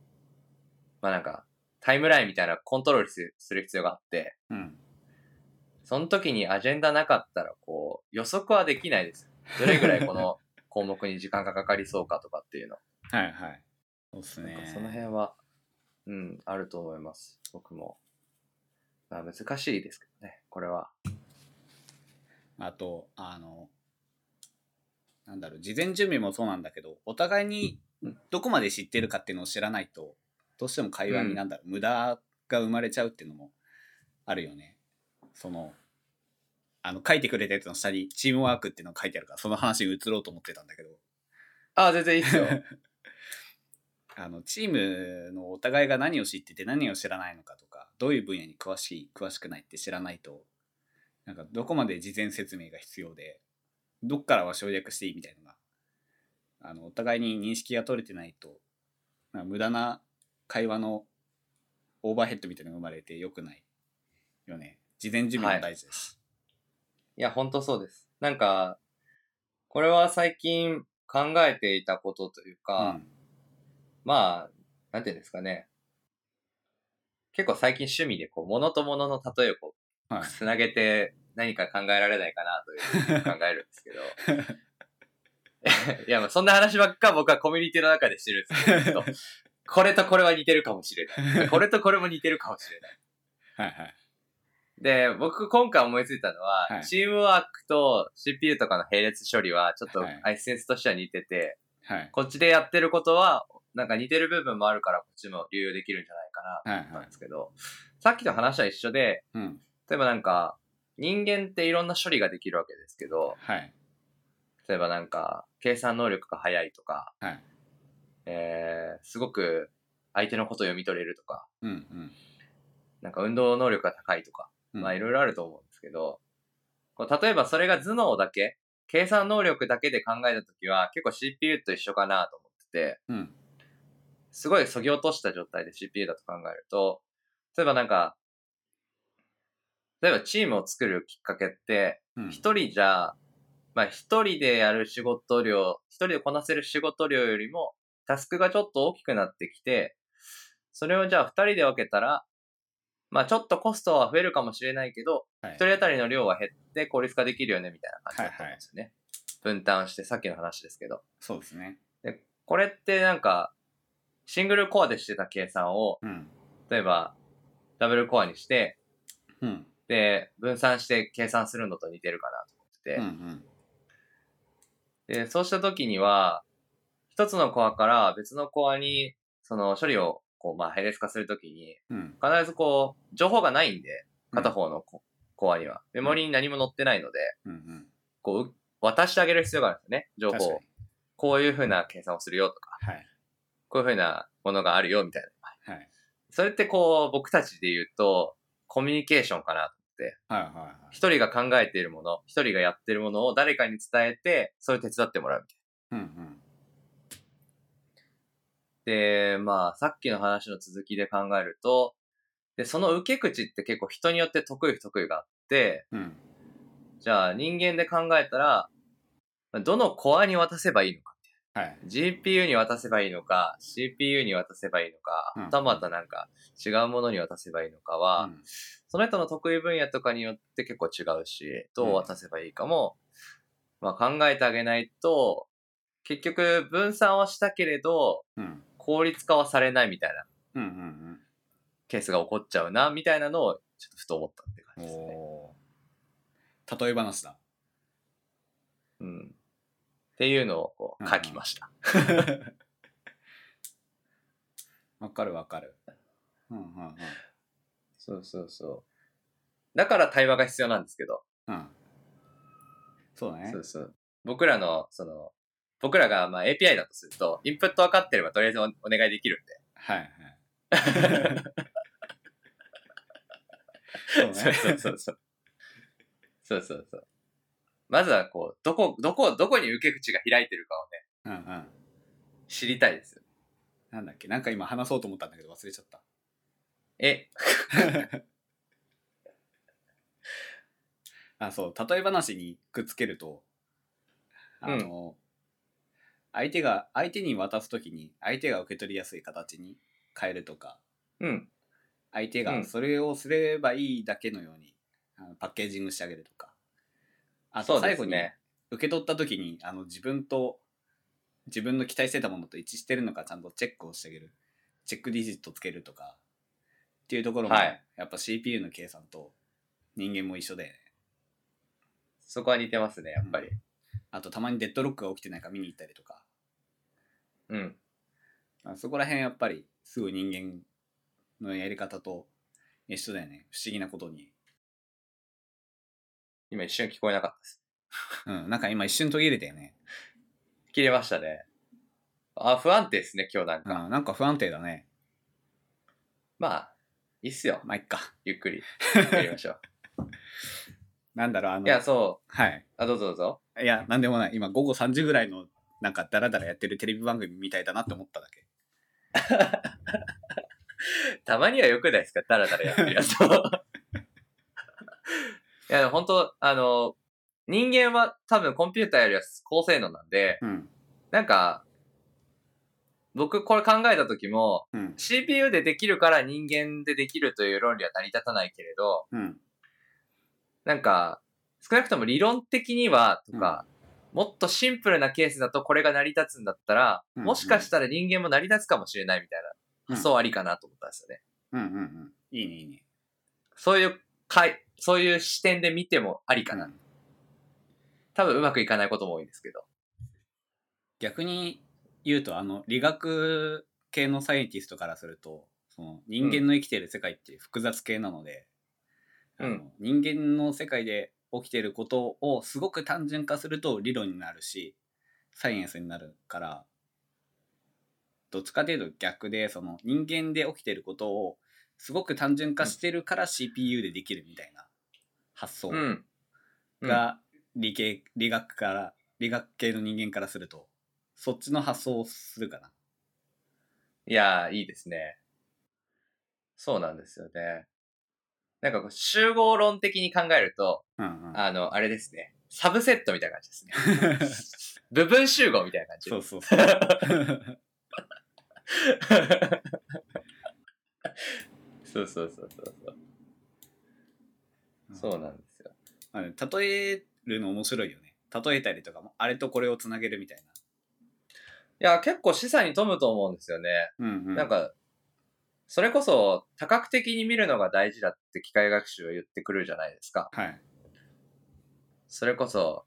[SPEAKER 1] まあなんか、タイムラインみたいなコントロールすする必要があって、
[SPEAKER 2] うん。
[SPEAKER 1] その時にアジェンダなかったら、こう、予測はできないです。どれぐらいこの項目に時間がかかりそうかとかっていうの。
[SPEAKER 2] はいはい。そうっす
[SPEAKER 1] なん
[SPEAKER 2] ね
[SPEAKER 1] か。その辺は、うん、あると思います。僕も。まあ難しいですけどね、これは。
[SPEAKER 2] あと、あの、なんだろう、事前準備もそうなんだけど、お互いにどこまで知ってるかっていうのを知らないと、どうしても会話
[SPEAKER 1] う
[SPEAKER 2] に
[SPEAKER 1] ん
[SPEAKER 2] なんだろう、無駄が生まれちゃうっていうのもあるよね。その、あの、書いてくれたやつの下にチームワークっていうのが書いてあるから、その話に移ろうと思ってたんだけど、
[SPEAKER 1] ああ、全然いいですよ。
[SPEAKER 2] あの、チームのお互いが何を知ってて何を知らないのかとか、どういう分野に詳しい、詳しくないって知らないと、なんかどこまで事前説明が必要で、どっからは省略していいみたいなのが、あの、お互いに認識が取れてないと、なんか無駄な会話のオーバーヘッドみたいなのが生まれて良くないよね。事前準備も大事だし。
[SPEAKER 1] いや、ほんとそうです。なんか、これは最近考えていたことというか、
[SPEAKER 2] うん
[SPEAKER 1] まあ、なんていうんですかね。結構最近趣味でこう、物と物の例えをこ、
[SPEAKER 2] はいう
[SPEAKER 1] つなげて何か考えられないかなというふうに考えるんですけど。
[SPEAKER 2] <laughs>
[SPEAKER 1] いや、まあそんな話ばっか僕はコミュニティの中でしてるんですけど、ずっとこれとこれは似てるかもしれない。これとこれも似てるかもしれない。
[SPEAKER 2] はいはい。
[SPEAKER 1] で、僕今回思いついたのは、
[SPEAKER 2] はい
[SPEAKER 1] チームワークと CPU とかの並列処理はちょっと
[SPEAKER 2] はい
[SPEAKER 1] アイセンスとしては似てて、
[SPEAKER 2] はい。
[SPEAKER 1] こっちでやってることは、なんか似てる部分もあるからこっちも流用できるんじゃないかな
[SPEAKER 2] はい
[SPEAKER 1] と思った
[SPEAKER 2] は
[SPEAKER 1] ん
[SPEAKER 2] い
[SPEAKER 1] で。すけど、さっきと話は一緒で、
[SPEAKER 2] うん。
[SPEAKER 1] 例えばなんか、人間っていろんな処理ができるわけですけど、
[SPEAKER 2] はい。
[SPEAKER 1] 例えばなんか、計算能力が速いとか、
[SPEAKER 2] はい。
[SPEAKER 1] えー、すごく相手のことを読み取れるとか、
[SPEAKER 2] うんうん
[SPEAKER 1] なんか運動能力が高いとか、
[SPEAKER 2] うん。
[SPEAKER 1] まあいろいろあると思うんですけど、こう例えばそれが頭脳だけ、計算能力だけで考えたときは、結構 CPU と一緒かなと思ってて、
[SPEAKER 2] うん。
[SPEAKER 1] すごい削ぎ落とした状態で CPU だと考えると、例えばなんか、例えばチームを作るきっかけって、
[SPEAKER 2] うん。
[SPEAKER 1] 一人じゃ、まあ一人でやる仕事量、一人でこなせる仕事量よりも、タスクがちょっと大きくなってきて、それをじゃあ二人で分けたら、まあちょっとコストは増えるかもしれないけど、
[SPEAKER 2] はい
[SPEAKER 1] 一人当たりの量は減って効率化できるよね、みたいな感じだったんですよね。分担して、さっきの話ですけど。
[SPEAKER 2] そうですね。
[SPEAKER 1] で、これってなんか、シングルコアでしてた計算を、
[SPEAKER 2] うん。
[SPEAKER 1] 例えば、ダブルコアにして、
[SPEAKER 2] うん。
[SPEAKER 1] で、分散して計算するのと似てるかなと思
[SPEAKER 2] うんう
[SPEAKER 1] っ
[SPEAKER 2] ん。
[SPEAKER 1] てて、で、そうした時には、一つのコアから別のコアに、その処理を、こう、まあ、並列化するときに、
[SPEAKER 2] うん。
[SPEAKER 1] 必ずこう、情報がないんで、
[SPEAKER 2] うん
[SPEAKER 1] 片方のコ,、コアには。メモリに何も載ってないので、
[SPEAKER 2] うんうん。
[SPEAKER 1] こう、渡してあげる必要があるんですよね、情
[SPEAKER 2] 確
[SPEAKER 1] 報
[SPEAKER 2] か
[SPEAKER 1] を
[SPEAKER 2] に。。
[SPEAKER 1] こういうふうな計算をするよとか、
[SPEAKER 2] はい。
[SPEAKER 1] こういうふうなものがあるよ、みたいな。
[SPEAKER 2] はい。
[SPEAKER 1] それってこう、僕たちで言うと、コミュニケーションかな。
[SPEAKER 2] はいはいはい。
[SPEAKER 1] 一人が考えているもの、一人がやってるものを誰かに伝えて、それを手伝ってもらうみ
[SPEAKER 2] うんうん。
[SPEAKER 1] たいな。で、まあ、さっきの話の続きで考えると、で、その受け口って結構人によって得意不得意があって、
[SPEAKER 2] うん。
[SPEAKER 1] じゃあ人間で考えたら、どのコアに渡せばいいのか。
[SPEAKER 2] はい。
[SPEAKER 1] GPU に渡せばいいのか、CPU に渡せばいいのか、
[SPEAKER 2] うん
[SPEAKER 1] はたまたなんか違うものに渡せばいいのかは、
[SPEAKER 2] うん
[SPEAKER 1] その人の得意分野とかによって結構違うし、どう渡せばいいかも、まあ考えてあげないと、結局分散はしたけれど、
[SPEAKER 2] うん。
[SPEAKER 1] 効率化はされないみたいな
[SPEAKER 2] うんうん
[SPEAKER 1] ケースが起こっちゃうな、みたいなのをちょっとふと思ったって感
[SPEAKER 2] うん。
[SPEAKER 1] じですね。
[SPEAKER 2] おー例え話だ。
[SPEAKER 1] うん。っていうのをこう書きました。
[SPEAKER 2] わかるわかる。うんうんうん。
[SPEAKER 1] そうそうそう。だから対話が必要なんですけど、
[SPEAKER 2] うん。そうだね
[SPEAKER 1] そ。うそう。僕らの、その、僕らがまあ API だとすると、インプット分かってればとりあえずおお願いできるんで。
[SPEAKER 2] はいはい。そう
[SPEAKER 1] そう
[SPEAKER 2] ね。
[SPEAKER 1] そうそうそう。そうそうそう。まずはこう、どこ、どこ、どこに受け口が開いてるかをね、
[SPEAKER 2] うんうん。
[SPEAKER 1] 知りたいですよ。
[SPEAKER 2] なんだっけなんか今話そうと思ったんだけど忘れちゃった。
[SPEAKER 1] え、
[SPEAKER 2] あそう例え話にくっつけるとあの、相手が相手に渡す時に相手が受け取りやすい形に変えるとか
[SPEAKER 1] うん。
[SPEAKER 2] 相手
[SPEAKER 1] う
[SPEAKER 2] が
[SPEAKER 1] ん
[SPEAKER 2] それをすればいいだけのように、あのパッケージングしてあげるとかあ
[SPEAKER 1] そ
[SPEAKER 2] と
[SPEAKER 1] うで
[SPEAKER 2] 最
[SPEAKER 1] す
[SPEAKER 2] 後に
[SPEAKER 1] ね。
[SPEAKER 2] 受け取った時にあの自分と自分の期待してたものと一致してるのかちゃんとチェックをしてあげるチェックディジットつけるとかっていうところも、
[SPEAKER 1] はい
[SPEAKER 2] やっぱ CPU の計算と人間も一緒で
[SPEAKER 1] そこは似てますね、やっぱり。
[SPEAKER 2] あとたまにデッドロックが起きてないか見に行ったりとか
[SPEAKER 1] うん。
[SPEAKER 2] あそこら辺やっぱりすごい人間のやり方と一緒だよね不思議なことに、
[SPEAKER 1] 今一瞬聞こえなかったです。
[SPEAKER 2] うん、なんか今一瞬途切れたよね、
[SPEAKER 1] 切れましたね。あ、不安定ですね、今日なん
[SPEAKER 2] う
[SPEAKER 1] か。
[SPEAKER 2] ん、なんか不安定だね
[SPEAKER 1] まあ、いいっすよ。
[SPEAKER 2] まあいっか
[SPEAKER 1] ゆっくり。ゆっくりやりましょう。 <laughs>
[SPEAKER 2] なんだろうあの
[SPEAKER 1] いや、そ。
[SPEAKER 2] はいう
[SPEAKER 1] あ、どうぞどうぞ。
[SPEAKER 2] いや、なんでもない。今、午後3時ぐらいの、なんか、ダラダラやってるテレビ番組みたいだなって思っただけ。
[SPEAKER 1] たまにはよくないですかダラダラやってるや
[SPEAKER 2] <laughs>
[SPEAKER 1] つ。いや、本当あの、人間は多分コンピューターよりは高性能なんで、
[SPEAKER 2] うん。
[SPEAKER 1] なんか、僕これ考えた時も、
[SPEAKER 2] うん。
[SPEAKER 1] CPU でできるから人間でできるという論理は成り立たないけれど、
[SPEAKER 2] うん。
[SPEAKER 1] なんか、少なくとも理論的には、とか、もっとシンプルなケースだとこれが成り立つんだったら、
[SPEAKER 2] うん
[SPEAKER 1] もしかしたら人間も成り立つかもしれないみたいな、そうありかなと思ったんですよね。
[SPEAKER 2] うんうんうん。いいね、いいね。
[SPEAKER 1] そういうかい、そういう視点で見てもありかな。
[SPEAKER 2] うん
[SPEAKER 1] 多分うまくいかないことも多いですけど。
[SPEAKER 2] 逆に言うと、あの、理学系のサイエンティストからすると、その人間の生きてる世界って複雑系なので、
[SPEAKER 1] うん
[SPEAKER 2] あの人間の世界で起きてることをすごく単純化すると理論になるし、サイエンスになるから、どっちかというと逆で、その人間で起きてることをすごく単純化してるから CPU でできるみたいな発想
[SPEAKER 1] うん。
[SPEAKER 2] が理系、理学から、理学系の人間からすると、そっちの発想をするかな。
[SPEAKER 1] いやー、いいですね。そうなんですよね。なんかこう集合論的に考えると、
[SPEAKER 2] うんうん。
[SPEAKER 1] あの、あれですね。サブセットみたいな感じですね。
[SPEAKER 2] <laughs>
[SPEAKER 1] 部分集合みたいな感じ。
[SPEAKER 2] そうそう <laughs> そう。
[SPEAKER 1] <laughs> そうそうそうそうそう。そうなんですよ。
[SPEAKER 2] あの例えるの面白いよね。例えたりとかも、あれとこれをつなげるみたい
[SPEAKER 1] いや、結構示唆に富むと思うんですよね。
[SPEAKER 2] な。うんう
[SPEAKER 1] なん、か、それこそ多角的に見るのが大事だって機械学習は言ってくるじゃないですか。
[SPEAKER 2] はい。
[SPEAKER 1] それこそ、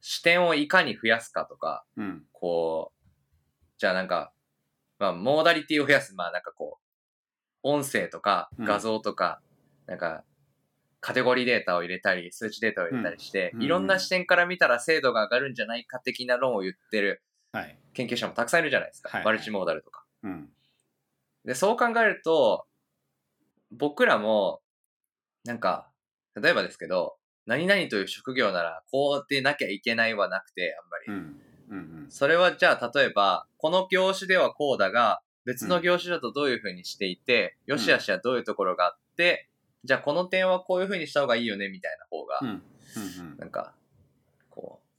[SPEAKER 1] 視点をいかに増やすかとか、
[SPEAKER 2] うん。
[SPEAKER 1] こう、じゃあなんか、まあ、モーダリティを増やす、まあなんかこう、音声とか
[SPEAKER 2] うん
[SPEAKER 1] 画像とか、なんか、カテゴリーデータを入れたり、数値データを入れたりして、
[SPEAKER 2] うん
[SPEAKER 1] いろんな視点から見たら精度が上がるんじゃないか的な論を言ってる
[SPEAKER 2] はい。
[SPEAKER 1] 研究者もたくさんいるじゃないですか。
[SPEAKER 2] はい
[SPEAKER 1] マルチモーダルとか。
[SPEAKER 2] うん。
[SPEAKER 1] で、そう考えると、僕らも、なんか、例えばですけど、何々という職業なら、こうでなきゃいけないはなくて、あんまり。
[SPEAKER 2] うん。うんうん。
[SPEAKER 1] それはじゃあ例えば、この業種ではこうだが、別の業種だとどういうふうにしていて、
[SPEAKER 2] ん
[SPEAKER 1] よしあしはどういうところがあって、じゃあこの点はこういうふうにした方がいいよね、みたいな方が、
[SPEAKER 2] うん。うん
[SPEAKER 1] なんか、こう、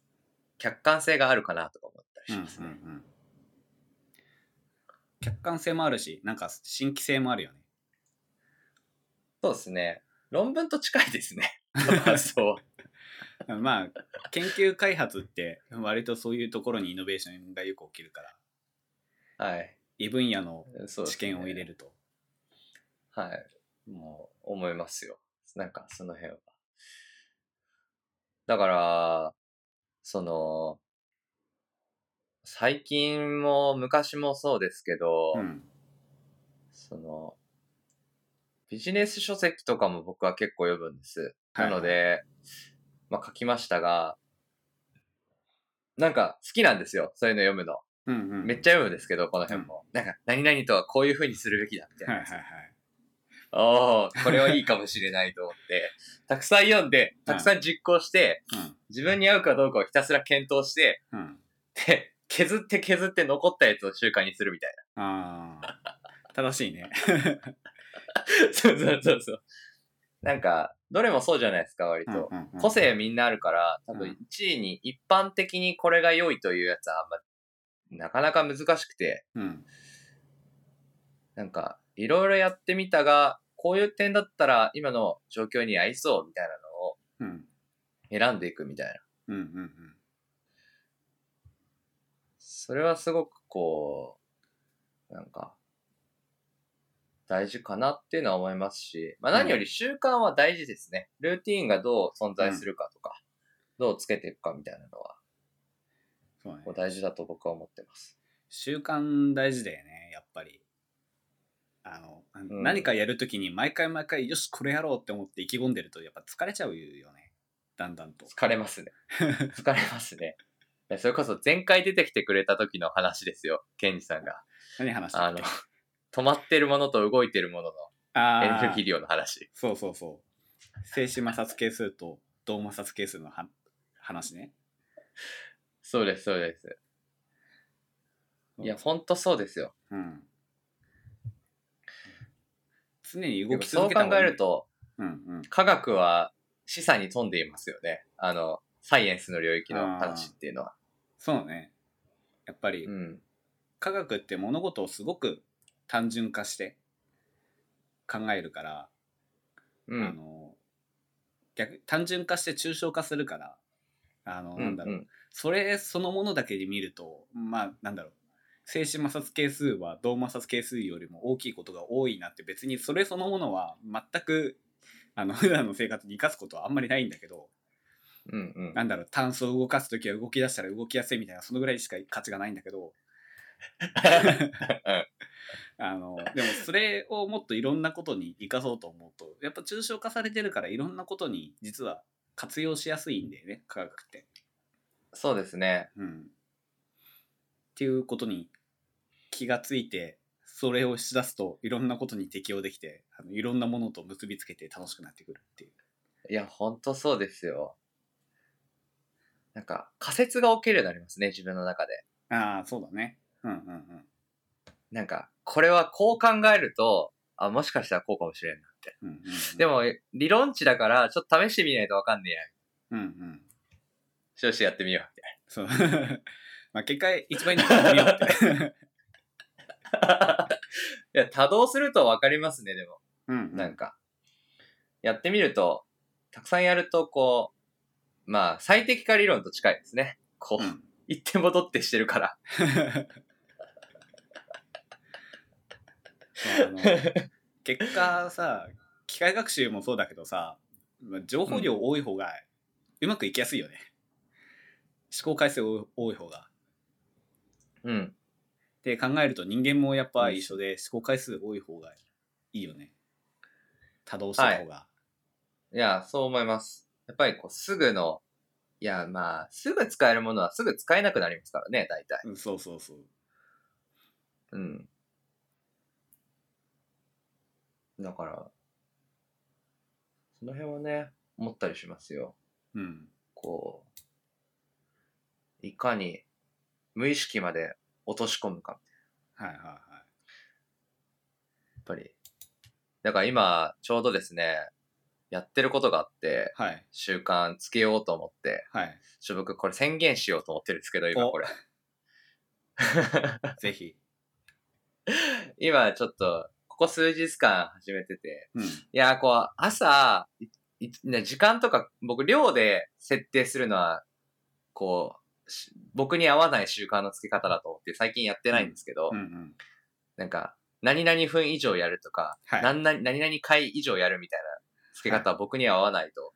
[SPEAKER 1] 客観性があるかなとか思ったりします
[SPEAKER 2] うんう
[SPEAKER 1] ね。
[SPEAKER 2] ん。客観性もあるし、なんか新規性もあるよね。
[SPEAKER 1] そうですね。論文と近いですね。 <laughs> そう。
[SPEAKER 2] まあ、研究開発って割とそういうところにイノベーションがよく起きるから、
[SPEAKER 1] はい。
[SPEAKER 2] 異分野の
[SPEAKER 1] そうですね
[SPEAKER 2] 知見を入れると。
[SPEAKER 1] はい。もう、思いますよ。なんか、その辺は。だから、その、最近も昔もそうですけど、
[SPEAKER 2] うん。
[SPEAKER 1] その、ビジネス書籍とかも僕は結構読むんです。
[SPEAKER 2] はい
[SPEAKER 1] なので、まあ書きましたが、なんか好きなんですよ。そういうの読むの。
[SPEAKER 2] うんうん。
[SPEAKER 1] めっちゃ読むんですけど、この辺も。なんか、何々とはこういう風にするべきだみたいな
[SPEAKER 2] はい
[SPEAKER 1] や
[SPEAKER 2] は
[SPEAKER 1] つ
[SPEAKER 2] いはい。
[SPEAKER 1] おー、これはいいかもしれないと思って、
[SPEAKER 2] <laughs>
[SPEAKER 1] たくさん読んで、たくさん実行して、自分に合うかどうかをひたすら検討して、
[SPEAKER 2] うん。うん。
[SPEAKER 1] で、削って削って残ったやつを習慣にするみたい
[SPEAKER 2] あ
[SPEAKER 1] <laughs>
[SPEAKER 2] あ。正しいね。 <laughs>
[SPEAKER 1] な。そうそうそうそう。なんか、どれもそうじゃないですか、割と。
[SPEAKER 2] うんうんうん
[SPEAKER 1] 個性みんなあるから、多
[SPEAKER 2] う
[SPEAKER 1] 分
[SPEAKER 2] ん
[SPEAKER 1] 1位に一般的にこれが良いというやつはあんまなかなか難しくて、
[SPEAKER 2] うん。
[SPEAKER 1] なんか、いろいろやってみたが、こういう点だったら今の状況に合いそうみたいなのを
[SPEAKER 2] うん。
[SPEAKER 1] 選んでいくみたいな。
[SPEAKER 2] うん。うん。
[SPEAKER 1] それはすごくこう、なんか、大事かなっていうのは思いますし、まあ
[SPEAKER 2] うん
[SPEAKER 1] 何より習慣は大事ですね。ルーティーンがどう存在するかとか、どうつけていくかみたいなのは、
[SPEAKER 2] そうね
[SPEAKER 1] こう。大事だと僕は思ってます。
[SPEAKER 2] 習慣大事だよね、やっぱり。あの、
[SPEAKER 1] ん
[SPEAKER 2] 何かやるときに毎回毎回、よし、これやろうって思って意気込んでると、やっぱ疲れちゃうよね。だんだんと。
[SPEAKER 1] 疲れます
[SPEAKER 2] <laughs>
[SPEAKER 1] ね。疲れますね。いやそれこそ前回出てきてくれた時の話ですよ、ケンジさんが。
[SPEAKER 2] 何話した
[SPEAKER 1] あ
[SPEAKER 2] っ
[SPEAKER 1] の
[SPEAKER 2] け、
[SPEAKER 1] 止まってるものと動いてるものの
[SPEAKER 2] あ
[SPEAKER 1] エ
[SPEAKER 2] ー
[SPEAKER 1] ネルギー量の話。
[SPEAKER 2] そうそうそう。静止摩擦係数と動摩擦係数のは話ね。
[SPEAKER 1] そうです、そうです。いや、ほんとそうですよ。
[SPEAKER 2] うん。常に
[SPEAKER 1] で
[SPEAKER 2] 動
[SPEAKER 1] も
[SPEAKER 2] き
[SPEAKER 1] そ
[SPEAKER 2] 続
[SPEAKER 1] う
[SPEAKER 2] けた
[SPEAKER 1] 考
[SPEAKER 2] 方がい
[SPEAKER 1] え
[SPEAKER 2] い
[SPEAKER 1] る。と、
[SPEAKER 2] うんうん。
[SPEAKER 1] 科学は示唆に富んでいますよね。あの、サイエンスの領域の話っていうのは。
[SPEAKER 2] そうね。やっぱり、
[SPEAKER 1] うん。
[SPEAKER 2] 科学って物事をすごく単純化して考えるから、
[SPEAKER 1] う
[SPEAKER 2] あ
[SPEAKER 1] ん。
[SPEAKER 2] の逆単純化して抽象化するからあの、
[SPEAKER 1] う
[SPEAKER 2] なんだろう、
[SPEAKER 1] ん。
[SPEAKER 2] それそのものだけで見るとまあなんだろう静止摩擦係数は動摩擦係数よりも大きいことが多いなって別にそれそのものは全くあの普段の生活に生かすことはあんまりないんだけど
[SPEAKER 1] うん。うん。
[SPEAKER 2] なんだろう炭素を動かす時は動き出したら動きやすいみたいなそのぐらいしか価値がないんだけどあのでもそれをもっといろんなことに生かそうと思うとやっぱ抽象化されてるからいろんなことに実は活用しやすいんだよね科学って。
[SPEAKER 1] <laughs> そうですね。
[SPEAKER 2] うん、っていうことに気がついてそれをしだすといろんなことに適応できてあのいろんなものと結びつけて楽しくなってくるっていう。
[SPEAKER 1] いや、ほんとそうですよ。なんか、仮説が起きるようになりますね、自分の中で。
[SPEAKER 2] ああそうだね。うんうんうん。
[SPEAKER 1] なんか、これはこう考えると、あ、もしかしたらこうかもしれんなって。
[SPEAKER 2] うんうんうん、
[SPEAKER 1] で、も、理論値だから、ちょっと試してみないとわかんねえや。
[SPEAKER 2] うんうん、
[SPEAKER 1] 少しやってみよう。
[SPEAKER 2] そう <laughs> まあ結果一番いいのはやってみよう
[SPEAKER 1] <laughs>
[SPEAKER 2] って。
[SPEAKER 1] いや、多動するとわかりますね、でも。
[SPEAKER 2] うんう
[SPEAKER 1] なんか、やってみると、たくさんやると、こう、まあ、最適化理論と近いですね。こう、
[SPEAKER 2] うん
[SPEAKER 1] 一点戻ってしてるから。
[SPEAKER 2] そうあの結果さ機械学習もそうだけどさまあ情報量多い方がうまくいきやすいよね、思考回数多多い方が
[SPEAKER 1] うん。
[SPEAKER 2] で考えると人間もやっぱ一緒で思考回数多い方がいいよね多動した方が、
[SPEAKER 1] いや、そう思います。やっぱり、こう、すぐの、いや、まあ、すぐ使えるものはすぐ使えなくなりますからね、大体。
[SPEAKER 2] うんそうそうそう
[SPEAKER 1] うん。だから、その辺はね、思ったりしますよ。
[SPEAKER 2] うん
[SPEAKER 1] こう、いかに無意識まで落とし込むか。
[SPEAKER 2] はいはいはい
[SPEAKER 1] やっぱり。だから今、ちょうどですね、やってることがあって、
[SPEAKER 2] はい
[SPEAKER 1] 習慣つけようと思って、
[SPEAKER 2] はい
[SPEAKER 1] ちょ、僕これ宣言しようと思ってるんですけど、今
[SPEAKER 2] お
[SPEAKER 1] これ。
[SPEAKER 2] ぜひ
[SPEAKER 1] 今ちょっと、ここ数日間始めてて、
[SPEAKER 2] うん
[SPEAKER 1] いやー、こう、朝、いいね時間とか、僕、量で設定するのは、こう、し僕に合わない習慣のつけ方だと思って、最近やってないんですけど、
[SPEAKER 2] うんうん
[SPEAKER 1] なんか、何々分以上やるとか、
[SPEAKER 2] はい
[SPEAKER 1] 何々何々回以上やるみたいな付け方は僕には合わないと、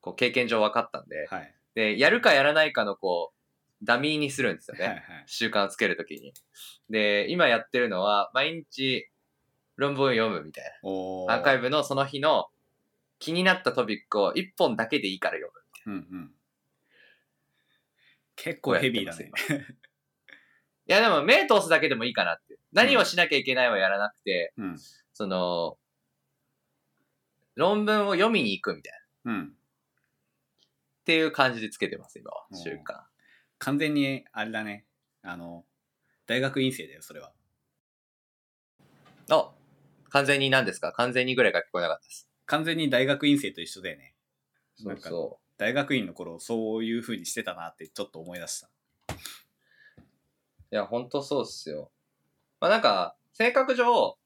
[SPEAKER 1] こう経験上分かったんで、
[SPEAKER 2] はい
[SPEAKER 1] で、やるかやらないかのこう、ダミーにするんですよ
[SPEAKER 2] はいはい
[SPEAKER 1] ね。習慣をつけるときに。で、今やってるのは、毎日論文を読むみたい
[SPEAKER 2] おー
[SPEAKER 1] な。アーカイブのその日の気になったトピックを1本だけでいいから読む。
[SPEAKER 2] うんうん結構ヘビーだね
[SPEAKER 1] こうやってます。今いや、でも目通すだけでもいいかなって。何をしなきゃいけないはやらなくて、
[SPEAKER 2] うん
[SPEAKER 1] その、論文を読みに行くみたいな。
[SPEAKER 2] うん
[SPEAKER 1] っていう感じでつけてます、今は。
[SPEAKER 2] うん
[SPEAKER 1] 習慣。
[SPEAKER 2] 完全にあれだねあの大学院生だよそれは
[SPEAKER 1] あ完全に何ですか完全にぐらいが聞こえなかったです。
[SPEAKER 2] 完全に大学院生と一緒だよねそうそう
[SPEAKER 1] そ
[SPEAKER 2] 大学院の頃そういう風にしてたなってちょっと思い出した
[SPEAKER 1] いや、ほんとそうっすよ。まあなんか、性格上、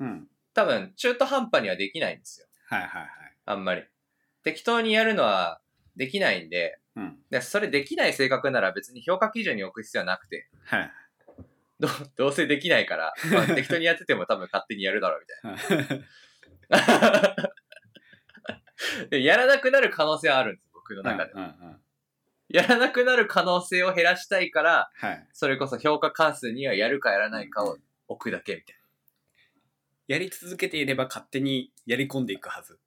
[SPEAKER 2] うん。
[SPEAKER 1] 多分中途半端にはできないんですよ。
[SPEAKER 2] はいはいはい。
[SPEAKER 1] あんまり。適当にやるのはできないんで、
[SPEAKER 2] うん。
[SPEAKER 1] でそれできない性格なら別に評価基準に置く必要はなくて、
[SPEAKER 2] はい。
[SPEAKER 1] どどうせできないから、
[SPEAKER 2] <laughs>
[SPEAKER 1] まあ適当にやってても多分勝手にやるだろうみたいな。でやらなくなる可能性はあるんです、僕の中で。
[SPEAKER 2] うんうんうん。
[SPEAKER 1] やらなくなる可能性を減らしたいから、
[SPEAKER 2] はい。
[SPEAKER 1] それこそ評価関数にはやるかやらないかを置くだけみたい
[SPEAKER 2] やり続けていれば勝手にやり込んでいくはず。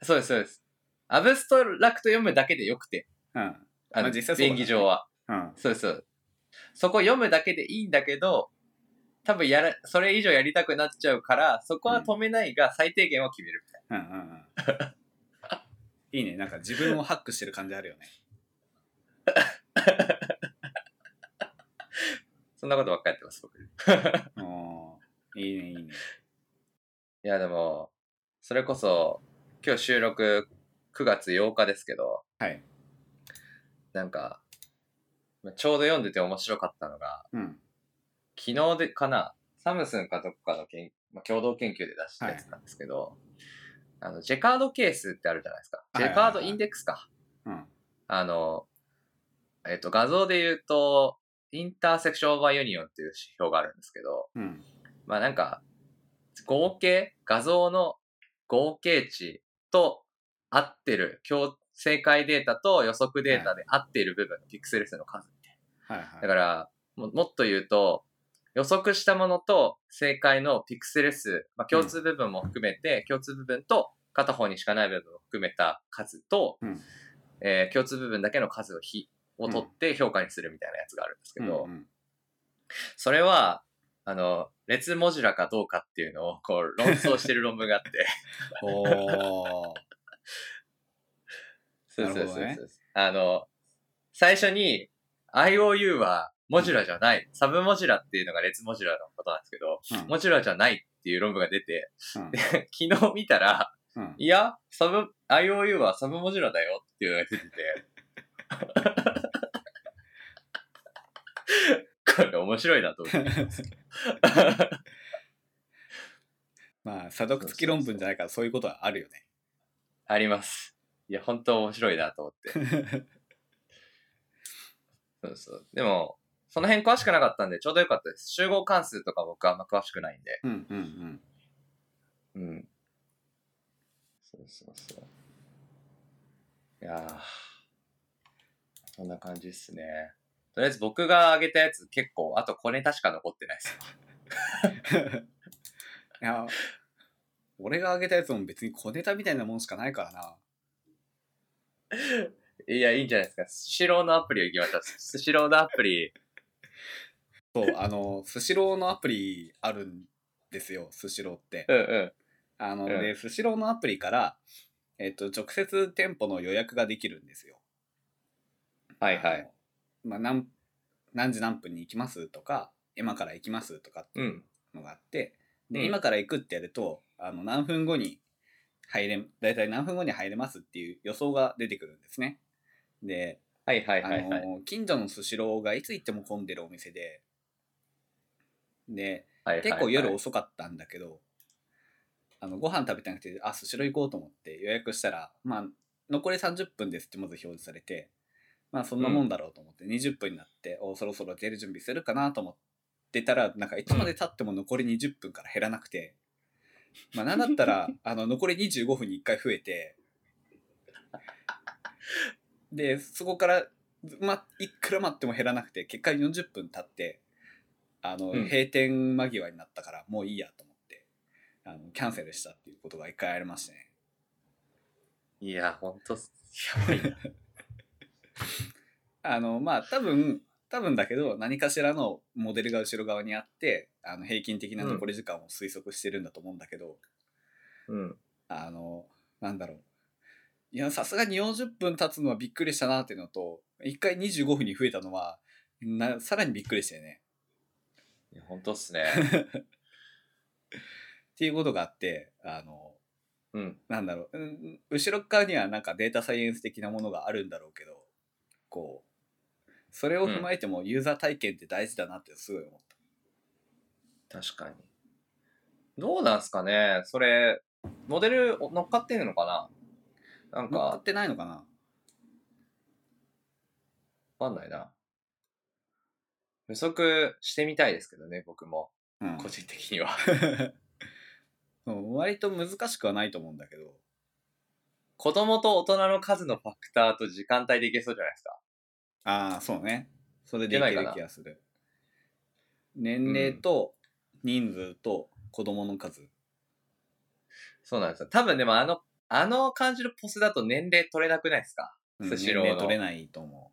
[SPEAKER 1] な。そうです、そうです。アブストラクト読むだけでよくて、
[SPEAKER 2] うん。
[SPEAKER 1] あ
[SPEAKER 2] ま
[SPEAKER 1] の、
[SPEAKER 2] あ実際そうだね
[SPEAKER 1] 演技上は。
[SPEAKER 2] うん。
[SPEAKER 1] そうですそうです。そこ読むだけでいいんだけど、多分やら、それ以上やりたくなっちゃうから、そこは止めないが最低限は決めるみたい
[SPEAKER 2] うんう
[SPEAKER 1] <laughs>
[SPEAKER 2] んうん。いいね。なんか自分をハックしてる感じあるよね。
[SPEAKER 1] な。そんなことばっかりやってます、僕。い
[SPEAKER 2] おーいいね、いいね。
[SPEAKER 1] や、でも、それこそ、今日収録9月8日ですけど、
[SPEAKER 2] はい。
[SPEAKER 1] なんか、まあちょうど読んでて面白かったのが、
[SPEAKER 2] うん。
[SPEAKER 1] 昨日でかな、サムスンかどっかのけん、まあ、共同研究で出したやつなんですけど、あの、ジェカードケースってあるじゃないですか。
[SPEAKER 2] は
[SPEAKER 1] ジ
[SPEAKER 2] いはい
[SPEAKER 1] ェ
[SPEAKER 2] はい
[SPEAKER 1] カー
[SPEAKER 2] はい
[SPEAKER 1] ドインデックスか。
[SPEAKER 2] うん。
[SPEAKER 1] あの、えっと、画像で言うと、インターセクションオーバーユニオンっていう指標があるんですけど、
[SPEAKER 2] うん。
[SPEAKER 1] まあなんか、合計、画像の合計値と合ってる、共正解データと予測データで合っている部分、ピクセル数の数みたい
[SPEAKER 2] は
[SPEAKER 1] な。
[SPEAKER 2] いは
[SPEAKER 1] だ
[SPEAKER 2] い。
[SPEAKER 1] からも、もっと言うと、予測したものと正解のピクセル数、まあ、共通部分も含めて、共通部分と片方にしかない部分を含めた数と、
[SPEAKER 2] うん。
[SPEAKER 1] えー共通部分だけの数を比を取って評価にするみたいなやつがあるんですけど、
[SPEAKER 2] うんうん
[SPEAKER 1] それは、あの、列文字らかどうかっていうのを、こう、論争してる論文があって。
[SPEAKER 2] おー。
[SPEAKER 1] <laughs> そうそう
[SPEAKER 2] な
[SPEAKER 1] そ
[SPEAKER 2] るほ
[SPEAKER 1] う
[SPEAKER 2] ど
[SPEAKER 1] そう
[SPEAKER 2] ね
[SPEAKER 1] <laughs> あの、最初に、IOU は、モジュラじゃない。サブモジュラっていうのが列モジュラのことなんですけど、
[SPEAKER 2] うん
[SPEAKER 1] モジュラじゃないっていう論文が出て、 <laughs>
[SPEAKER 2] うん
[SPEAKER 1] 昨日見たら、
[SPEAKER 2] うん
[SPEAKER 1] <laughs> いや、サブ、IOU はサブモジュラだよっていうのが出て <laughs> て。これ面白いなと思って。
[SPEAKER 2] まあ、査読付き論文じゃないからそういうことはあるよね。
[SPEAKER 1] あります。いや、本当面白いなと思って。そうそう。でも、その辺詳しくなかったんで、ちょうどよかったです。集合関数とか僕あんま詳しくないんで。
[SPEAKER 2] <laughs> うんうんうん。
[SPEAKER 1] うん。そうそうそう。いやー、そんな感じっすね。とりあえず僕が上げたやつ結構、あとこれ確か残ってないっす。
[SPEAKER 2] <laughs> いや、俺が挙げたやつも別に小ネタみたいなもんしかないからな。
[SPEAKER 1] いや、いいんじゃないですか。スシローのアプリを行きました。スシローのアプリ。
[SPEAKER 2] そう、
[SPEAKER 1] <laughs>
[SPEAKER 2] あの、スシローのアプリあるんですよ、スシローって。
[SPEAKER 1] うんうん。
[SPEAKER 2] あの、
[SPEAKER 1] うん
[SPEAKER 2] で、スシローのアプリから、えっと、直接店舗の予約ができるんですよ。
[SPEAKER 1] はいは
[SPEAKER 2] あ
[SPEAKER 1] い。
[SPEAKER 2] の。まあ、何、何時何分に行きますとか、今から行きますとかって
[SPEAKER 1] う。
[SPEAKER 2] いうんのがあって、で、
[SPEAKER 1] うん
[SPEAKER 2] 今から行くってやると、あの、何分後に入れ、だいたい何分後に入れますっていう予想が出てくるんですね。で、
[SPEAKER 1] はいはい
[SPEAKER 2] あ
[SPEAKER 1] はいはい。
[SPEAKER 2] の、近所のスシローがいつ行っても混んでるお店で、で、
[SPEAKER 1] はいはいはい
[SPEAKER 2] 結構夜遅かったんだけど、あのご飯食べてなくてあスシロー行こうと思って予約したらまあ残り30分ですってまず表示されてまあそんなもんだろうと思って、20分になっておそろそろ出る準備するかなと思ってたらなんかいつまで経っても残り20分から減らなくて、まあなんだった
[SPEAKER 1] <laughs>
[SPEAKER 2] らあの残り25分に1回増えてでそこから、ま、いくら待っても減らなくて結果40分経ってあの、
[SPEAKER 1] うん
[SPEAKER 2] 閉店間際になったからもういいやと思ってあのキャンセルしたっていうことが一回ありましたね
[SPEAKER 1] いや、ほんと、やばいな。
[SPEAKER 2] あのまあ多分多分だけど何かしらのモデルが後ろ側にあってあの平均的な残り時間を推測してるんだと思うんだけど、
[SPEAKER 1] <laughs> うん。
[SPEAKER 2] あのなんだろういやさすがに40分経つのはびっくりしたなっていうのと一回25分に増えたのはなさらにびっくりしてね
[SPEAKER 1] いや、ほんとっす <laughs> ね。
[SPEAKER 2] っていうことがあってあの
[SPEAKER 1] うん。
[SPEAKER 2] なんだろう、うん、後ろ側にはなんかデータサイエンス的なものがあるんだろうけどこうそれを踏まえてもユーザー体験って大事だなってすごい思った。
[SPEAKER 1] 確かに。どうなんすかねそれ、モデル乗っかってんのかななんか、
[SPEAKER 2] 乗っか
[SPEAKER 1] わ
[SPEAKER 2] ってないのかな
[SPEAKER 1] かんないな。予測してみたいですけどね、僕も。
[SPEAKER 2] うん
[SPEAKER 1] 個人的
[SPEAKER 2] <laughs>
[SPEAKER 1] には。
[SPEAKER 2] うん割と難しくはないと思うんだけど、
[SPEAKER 1] 子供と大人の数のファクターと時間帯でいけそうじゃないですか。
[SPEAKER 2] ああ、そうね。それでいけ
[SPEAKER 1] いけない
[SPEAKER 2] る
[SPEAKER 1] かな
[SPEAKER 2] 気がする。年齢と人数と子供の数。
[SPEAKER 1] そうなんですよ。多分でもあの、あの感じのポスだと年齢取れなくないですか
[SPEAKER 2] うん
[SPEAKER 1] スシ
[SPEAKER 2] 年
[SPEAKER 1] ローの
[SPEAKER 2] 齢取れないと思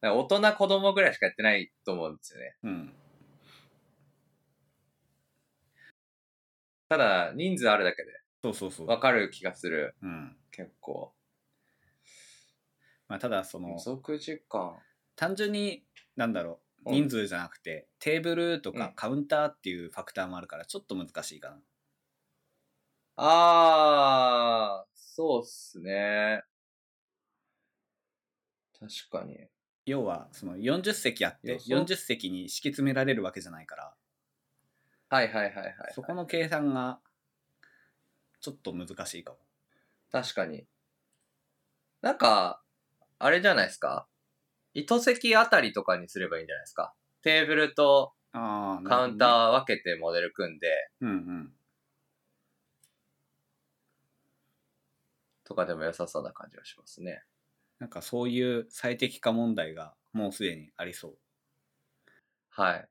[SPEAKER 1] だから大人子供ぐらいしかやってないと思うんですよね。
[SPEAKER 2] う。うん。
[SPEAKER 1] ただ、人数あるだけで
[SPEAKER 2] そうそうそう。
[SPEAKER 1] わかる気がする。
[SPEAKER 2] うん。
[SPEAKER 1] 結構。
[SPEAKER 2] まあ、ただ、その
[SPEAKER 1] 予、測時間。
[SPEAKER 2] 単純に、なんだろ
[SPEAKER 1] う
[SPEAKER 2] う、
[SPEAKER 1] ん
[SPEAKER 2] 人数じゃなくて、テーブルと
[SPEAKER 1] う
[SPEAKER 2] か
[SPEAKER 1] ん
[SPEAKER 2] カウンターっていうファクターもあるから、ちょっと難しいかな。
[SPEAKER 1] あー、そうっすね。確かに。
[SPEAKER 2] 要は、その40席あって
[SPEAKER 1] 予、想
[SPEAKER 2] 40席に敷き詰められるわけじゃないから、
[SPEAKER 1] はいはいはいはい。
[SPEAKER 2] そこの計算が、ちょっと難しいかも。
[SPEAKER 1] 確かに。なんか、あれじゃないですか。糸席あたりとかにすればいいんじゃないですか。テーブルと
[SPEAKER 2] ああ、
[SPEAKER 1] カウンター分けてモデル組んで
[SPEAKER 2] ー。うんうん。
[SPEAKER 1] とかでも良さそうな感じがしますね。
[SPEAKER 2] なんかそういう最適化問題がもうすでにありそう。
[SPEAKER 1] はい。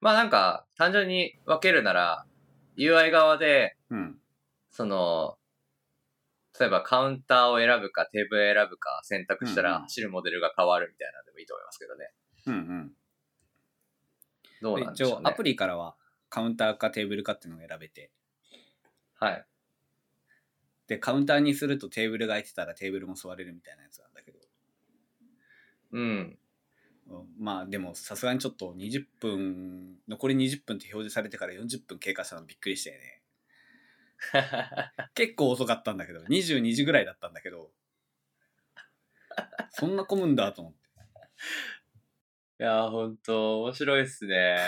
[SPEAKER 1] まあなんか、単純に分けるなら、UI 側で
[SPEAKER 2] うん。
[SPEAKER 1] その、例えばカウンターを選ぶかテーブルを選ぶか選択した
[SPEAKER 2] うんう
[SPEAKER 1] ら
[SPEAKER 2] ん
[SPEAKER 1] 走るモデルが変わるみたいなのでもいいと思いますけどね。
[SPEAKER 2] うん
[SPEAKER 1] ど
[SPEAKER 2] う。
[SPEAKER 1] うんなん
[SPEAKER 2] 一
[SPEAKER 1] でしょう
[SPEAKER 2] 応
[SPEAKER 1] ね。
[SPEAKER 2] アプリからはカウンターかテーブルかっていうのを選べて、
[SPEAKER 1] はい。
[SPEAKER 2] で、カウンターにするとテーブルが空いてたらテーブルも座れるみたいなやつなんだけど、
[SPEAKER 1] うん。
[SPEAKER 2] うんまあでもさすがにちょっと20分、残り20分って表示されてから40分経過したのびっくりした
[SPEAKER 1] <laughs>
[SPEAKER 2] よね。結構遅かったんだけど、22時ぐらいだったんだけど、そんな混むんだと思って。
[SPEAKER 1] いやー、ほんと、面白いっす <laughs> ね。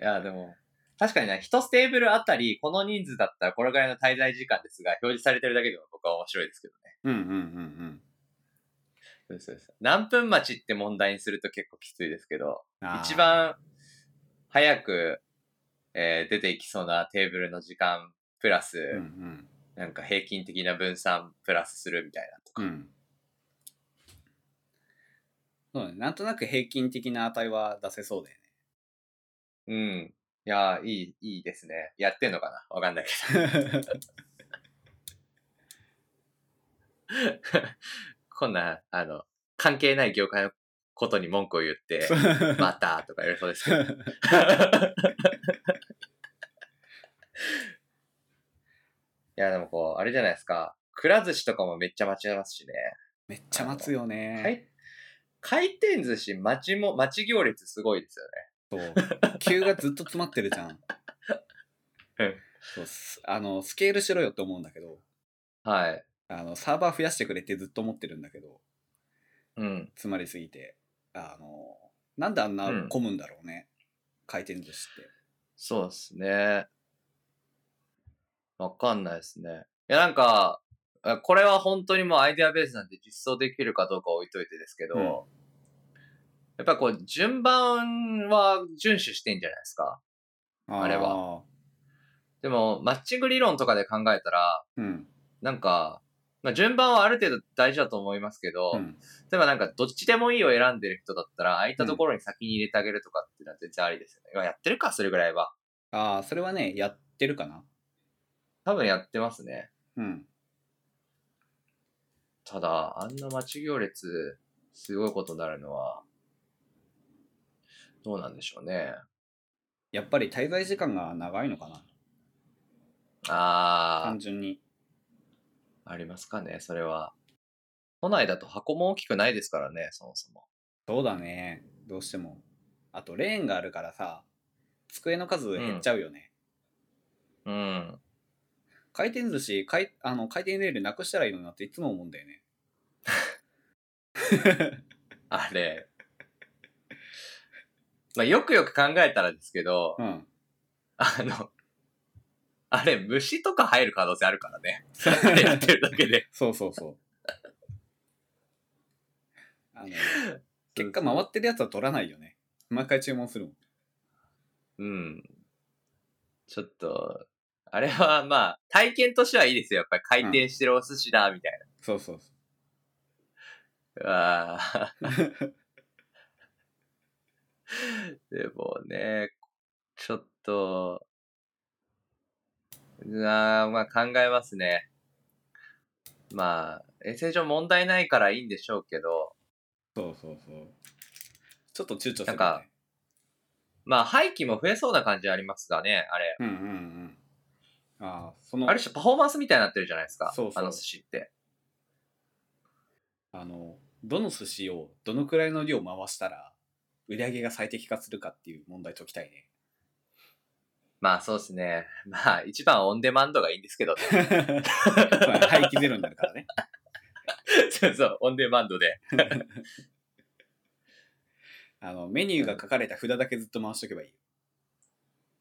[SPEAKER 1] いやー、でも、確かにね、一テーブルあたり、この人数だったらこれぐらいの滞在時間ですが、表示されてるだけでも僕は面白いですけどね。
[SPEAKER 2] うんうんうんうん。
[SPEAKER 1] そうですそうです。何分待ちって問題にすると結構きついですけど、
[SPEAKER 2] あー
[SPEAKER 1] 一番早く、えー出ていきそうなテーブルの時間プラス、
[SPEAKER 2] うんうん
[SPEAKER 1] なんか平均的な分散プラスするみたいなとか。
[SPEAKER 2] うん。そうね、なんとなく平均的な値は出せそうだよ
[SPEAKER 1] うん。いやー、いい、いいですね。やってんのかなわかんないけど。
[SPEAKER 2] ね。
[SPEAKER 1] こんな、あの、関係ない業界のことに文句を言って、 <laughs> またとか言われそうですけど。いや、でもこう、あれじゃないですか。くら寿司とかもめっちゃ待ちますしね。
[SPEAKER 2] <laughs> めっちゃ待つよ
[SPEAKER 1] は
[SPEAKER 2] ね。
[SPEAKER 1] い。回転寿司、待ちも、待ち行列すごいですよね。
[SPEAKER 2] そう。急がずっと詰まってるじ
[SPEAKER 1] <laughs>
[SPEAKER 2] ゃん。
[SPEAKER 1] うん
[SPEAKER 2] そうすあのスケールしろよって思うんだけど
[SPEAKER 1] はい。
[SPEAKER 2] あのサーバー増やしてくれってずっと思ってるんだけど
[SPEAKER 1] うん。
[SPEAKER 2] 詰まりすぎてあのなんであんな
[SPEAKER 1] うん
[SPEAKER 2] 混むんだろうね、回転寿司って
[SPEAKER 1] そうですね。わかんないですね。いや、なんか、あこれは本当にもうアイデアベースなんで実装できるかどうかは置いといてですけど、
[SPEAKER 2] うん
[SPEAKER 1] やっぱこう、順番は遵守してんじゃないですか。
[SPEAKER 2] あ
[SPEAKER 1] あれ
[SPEAKER 2] は
[SPEAKER 1] でも、マッチング理論とかで考えたら、
[SPEAKER 2] うん
[SPEAKER 1] なんか、まあ、順番はある程度大事だと思いますけど、
[SPEAKER 2] うん
[SPEAKER 1] 例えばなんか、どっちでもいいを選んでる人だったら、空いたところに先に入れてあげるとかっていうのは全然ありですよね。まあやってるか、それぐらいは。
[SPEAKER 2] ああそれはねやってるかな
[SPEAKER 1] 多分やってますね。
[SPEAKER 2] うん
[SPEAKER 1] ただ、あんな待ち行列、すごいことになるのは、どうなんでしょうね。
[SPEAKER 2] やっぱり滞在時間が長いのかな
[SPEAKER 1] あ
[SPEAKER 2] 単純に
[SPEAKER 1] あ、ありますかね、それは。都内だと箱も大きくないですからね、そもそも。
[SPEAKER 2] そうだねどうしてもあとレーンがあるからさ机の数減っちゃうよね、
[SPEAKER 1] うん。
[SPEAKER 2] 回転寿司回あの回転レールなくしたらいいのになっていつも思うんだよね
[SPEAKER 1] あれ。 <laughs> まあ、よくよく考えたらですけど、
[SPEAKER 2] うん。
[SPEAKER 1] あの、あれ、虫とか入る可能性あるからね。 <laughs> やってるだけで。
[SPEAKER 2] そうそうそう。 <laughs> あの、結果回ってるやつは取らないよね。毎回注文するもん。
[SPEAKER 1] うん。ちょっと、あれはまあ、体験としてはいいですよ。やっぱり回転してるお寿司だ、みたい
[SPEAKER 2] そうそう
[SPEAKER 1] な。
[SPEAKER 2] そ
[SPEAKER 1] ああ。 <laughs> でもね、ちょっと、うわーまあ考えますね。まあ、衛生上問題ないからいいんでしょうけど、
[SPEAKER 2] う。そうそうそう。ちょっと躊躇する、ね。
[SPEAKER 1] なんか、まあ廃棄も増えそうな感じありますがね、あれ。
[SPEAKER 2] うんうんうん。ああ、その、
[SPEAKER 1] ある種パフォーマンスみたいになってるじゃないですか。
[SPEAKER 2] そうそう
[SPEAKER 1] あの寿司って。
[SPEAKER 2] あの、どの寿司をどのくらいの量回したら、売り上げが最適化するかっていう問題解きたいね。 <laughs>
[SPEAKER 1] まあそうですね。 <laughs> まあ一番オンデマンドがいいんですけどね。 <laughs>
[SPEAKER 2] まあ廃棄ゼロになるからね。
[SPEAKER 1] そうそう、オンデマンドで。
[SPEAKER 2] あの、メニューが書かれた札だけずっと回しとけばいい。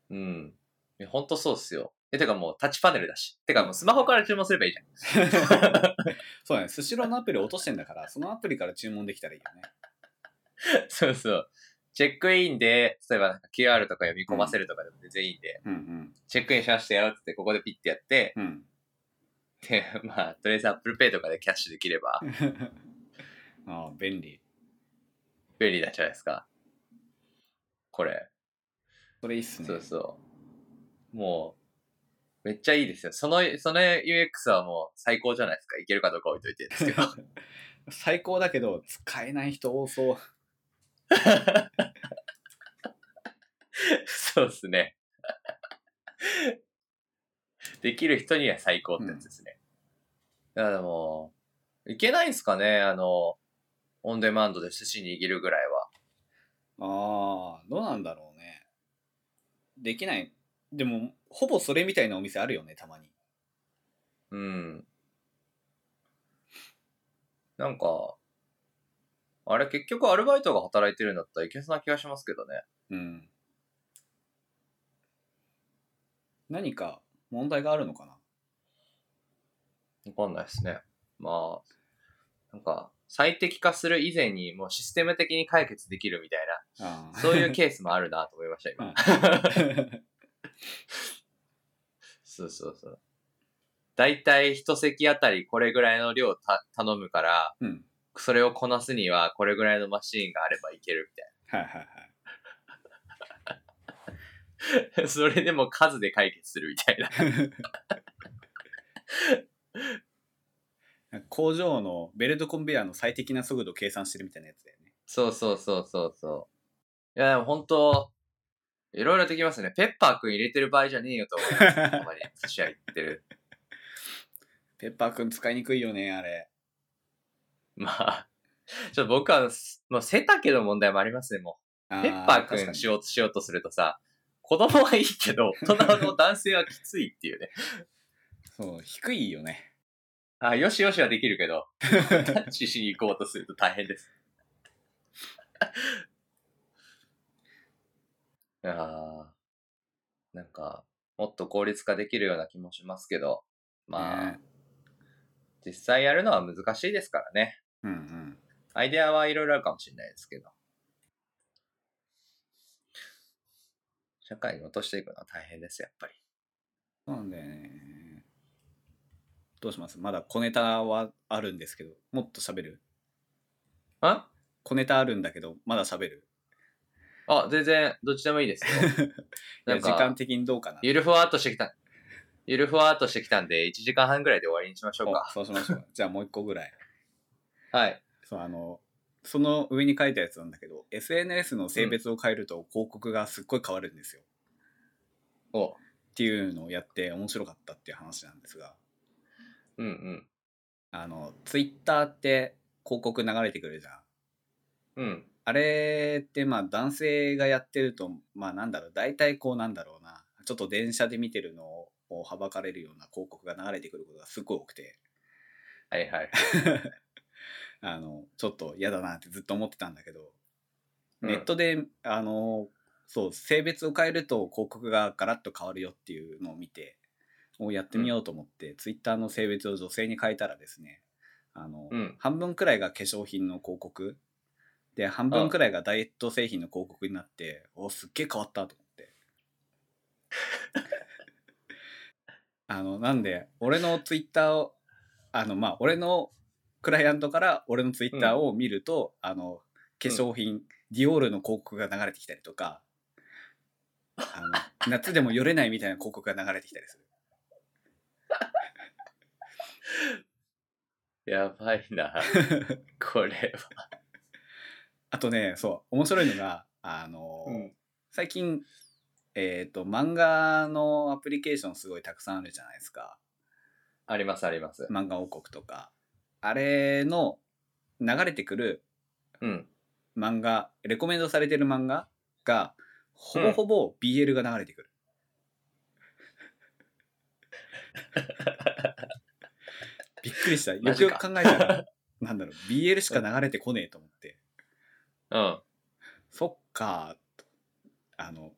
[SPEAKER 1] うん。いやほんとそうっすよ。え、てかもうタッチパネルだし。てかもうスマホから注文すればいいじゃん。
[SPEAKER 2] <laughs> そうだね。スシローのアプリ落としてんだから、そのアプリから注文できたらいいよね。
[SPEAKER 1] <laughs> そうそう。チェックインで、例えばなんか QR とか読み込ませるとかでも全然いいんで、
[SPEAKER 2] うん
[SPEAKER 1] チェックインしましたよって言って、ここでピッてやって、
[SPEAKER 2] うん。うん。
[SPEAKER 1] で、まあ、とりあえず Apple Pay とかでキャッシュできれば
[SPEAKER 2] <laughs> ああ、便利。
[SPEAKER 1] 便利なんじゃないですか。これ。
[SPEAKER 2] それいいっすね。
[SPEAKER 1] そうそう。もう、めっちゃいいですよ。その、その UX はもう最高じゃないですか。いけるかどうか置いといてですけど。
[SPEAKER 2] 最高だけど、使えない人多そう。
[SPEAKER 1] <laughs> そうですね。 <laughs> できる人には最高ってやつですね。だからもう、いけないんすかねあの、オンデマンドで寿司握るぐらいは。
[SPEAKER 2] ああ、どうなんだろうね。できない。でも、ほぼそれみたいなお店あるよね、たまに。
[SPEAKER 1] うん。なんか、あれ結局アルバイトが働いてるんだったらいけそうな気がしますけどね。
[SPEAKER 2] うん。何か問題があるのかな
[SPEAKER 1] わかんないですね。まあ、なんか、最適化する以前にもうシステム的に解決できるみたい
[SPEAKER 2] あ
[SPEAKER 1] な、
[SPEAKER 2] <laughs>
[SPEAKER 1] そういうケースもあるなと思いました、今。そうそうそう。だいたい一席あたりこれぐらいの量た頼むから、
[SPEAKER 2] うん。
[SPEAKER 1] それをこなすにはこれぐらいのマシーンがあればいける
[SPEAKER 2] はいはいはい。
[SPEAKER 1] みたいな。 <laughs> それでも数で解決するみたいな。
[SPEAKER 2] 工場のベルトコンベヤーの最適な速度を計算してるみたいなやつだよね。
[SPEAKER 1] そうそうそうそうそう。いや、でも本当いろいろできますね。ペッパーくん入れてる場合じゃねえよと思います。たまに寿司屋行ってる
[SPEAKER 2] ペッパーくん使いにくいよね、あれ。
[SPEAKER 1] まあ、ちょっと僕は、すまあ、背丈の問題もありますね、も
[SPEAKER 2] ペ
[SPEAKER 1] う。ペッパーくんしようとしようとするとさ、子供はいいけ <laughs> ど、大人の男性はきついっていうね。
[SPEAKER 2] そう、低いよね。
[SPEAKER 1] あ、よしよしはできるけど、タッチしに行こうとすると大変です。 <laughs> いやーなんか、もっと効率化できるような気もしますけど、まあ、
[SPEAKER 2] ね
[SPEAKER 1] 実際やるのは難しいですからね。
[SPEAKER 2] うんうん。
[SPEAKER 1] アイデアはいろいろあるかもしれないですけど。社会に落としていくのは大変です、やっぱり。
[SPEAKER 2] そうなんだよね。どうしますまだ小ネタはあるんですけど、もっと喋る
[SPEAKER 1] あ
[SPEAKER 2] 小ネタあるんだけど、まだ喋る。
[SPEAKER 1] あ、全然、どっちでもいいです <laughs> よな
[SPEAKER 2] いや
[SPEAKER 1] ん
[SPEAKER 2] 時間
[SPEAKER 1] か、
[SPEAKER 2] 的にどうかな
[SPEAKER 1] ゆるふわっとしてきた。ゆるふわっとしてきたんで、1時間半ぐらいで終わりにしましょう
[SPEAKER 2] お
[SPEAKER 1] か。
[SPEAKER 2] そうしましょう。 <laughs> じゃあもう一個ぐらい。
[SPEAKER 1] はい。
[SPEAKER 2] そう、あの、その上に書いたやつなんだけど、SNS の性別を変えると広告がすっごい変わるんですよ。
[SPEAKER 1] お
[SPEAKER 2] っていうのをやって面白かったっていう話なんですが、
[SPEAKER 1] うんうん。
[SPEAKER 2] あの、Twitter って広告流れてくるじゃん。
[SPEAKER 1] うん。
[SPEAKER 2] あれってまあ男性がやってるとまあなんだろう大体こうなんだろうなちょっと電車で見てるのをこうはば
[SPEAKER 1] <laughs>
[SPEAKER 2] かれるような広告が流れてくることがすごい多くて
[SPEAKER 1] はいはい。
[SPEAKER 2] あのちょっと嫌だなってずっと思ってたんだけど、
[SPEAKER 1] うん
[SPEAKER 2] ネットであのそう性別を変えると広告がガラッと変わるよっていうのを見てをやってみようと思って、ツイッターの性別を女性に変えたらですねあの、
[SPEAKER 1] うん
[SPEAKER 2] 半分くらいが化粧品の広告で半分くらいがダイエット製品の広告になって、おすっげえ変わったと思って
[SPEAKER 1] <laughs>
[SPEAKER 2] あのなんで俺のツイッターをあのまあ俺のクライアントから俺のツイッターを見ると、あの化粧品、ディオールの広告が流れてきたりとかあの夏でもよれないみたいな広告が流れてきたりする
[SPEAKER 1] やばいな。 <laughs> これは。
[SPEAKER 2] あとねそう面白いのがあの、最近えっ、と漫画のアプリケーションすごいたくさんあるじゃないですか
[SPEAKER 1] ありますあります。
[SPEAKER 2] 漫画王国とかあれの流れてくる
[SPEAKER 1] うん。
[SPEAKER 2] 漫画レコメンドされてる漫画がほぼほぼ BL が流
[SPEAKER 1] <laughs>
[SPEAKER 2] れてくる、びっくりしたよ
[SPEAKER 1] マ
[SPEAKER 2] く
[SPEAKER 1] ジ
[SPEAKER 2] よ
[SPEAKER 1] か
[SPEAKER 2] く考え
[SPEAKER 1] <laughs>
[SPEAKER 2] たらなんだろう BL しか流れてこねえと思って
[SPEAKER 1] うん。
[SPEAKER 2] そっかとあの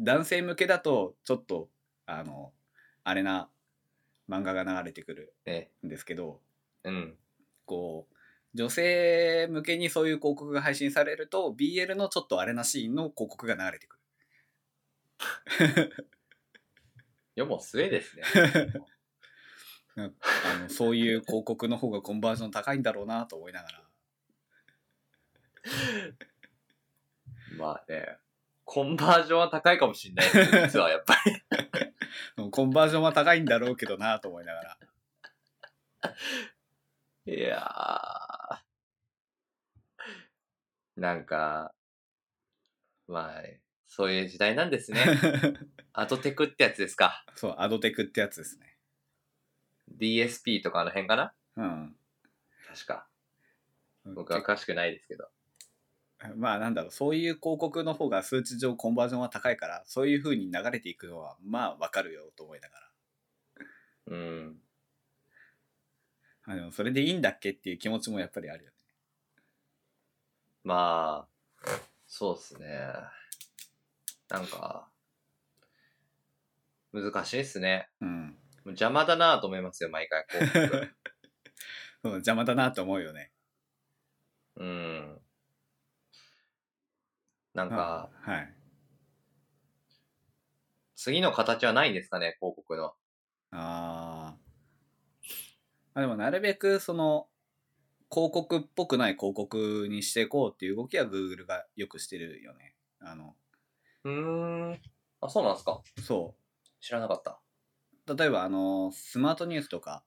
[SPEAKER 2] 男性向けだとちょっとあのあれな漫画が流れてくる
[SPEAKER 1] ね。
[SPEAKER 2] んですけど
[SPEAKER 1] うん。
[SPEAKER 2] こう女性向けにそういう広告が配信されると BL のちょっとあれなシーンの広告が流れてくる
[SPEAKER 1] 世も末ですね。
[SPEAKER 2] あのそういう広告の方がコンバージョン高いんだろうなと思いながら
[SPEAKER 1] まあね。コンバージョンは高いかもしれないですけど、実はやっぱり。
[SPEAKER 2] うんコンバージョンは高いんだろうけどなと思いながら <laughs>
[SPEAKER 1] いやー。なんか、まあ、そういう時代なんですね。
[SPEAKER 2] <laughs>
[SPEAKER 1] アトテクってやつですか。
[SPEAKER 2] そうアドテクってやつですね
[SPEAKER 1] DSP とかあの辺かな
[SPEAKER 2] うん
[SPEAKER 1] 確か。僕は詳しくないですけど。
[SPEAKER 2] まあなんだろうそういう広告の方が数値上コンバージョンは高いからそういう風に流れていくのはまあわかるよと思いなが
[SPEAKER 1] うん。
[SPEAKER 2] らあでもそれでいいんだっけっていう気持ちもやっぱりあるよね
[SPEAKER 1] まあ、そうっすね。なんか、難しいっすね。
[SPEAKER 2] う
[SPEAKER 1] も
[SPEAKER 2] ん
[SPEAKER 1] う邪魔だなと思いますよ、毎回。広告
[SPEAKER 2] そう邪魔だなと思うよね
[SPEAKER 1] うん。なんか、
[SPEAKER 2] うんはい
[SPEAKER 1] 次の形はないんですかね、広告の。
[SPEAKER 2] あーまあでもなるべくその広告っぽくない広告にしていこうっていう動きは Google がよくしてるよねあの
[SPEAKER 1] うーん。あ、そうなんですか。
[SPEAKER 2] そ
[SPEAKER 1] 知らなかった。
[SPEAKER 2] う例えばあのスマートニュースとか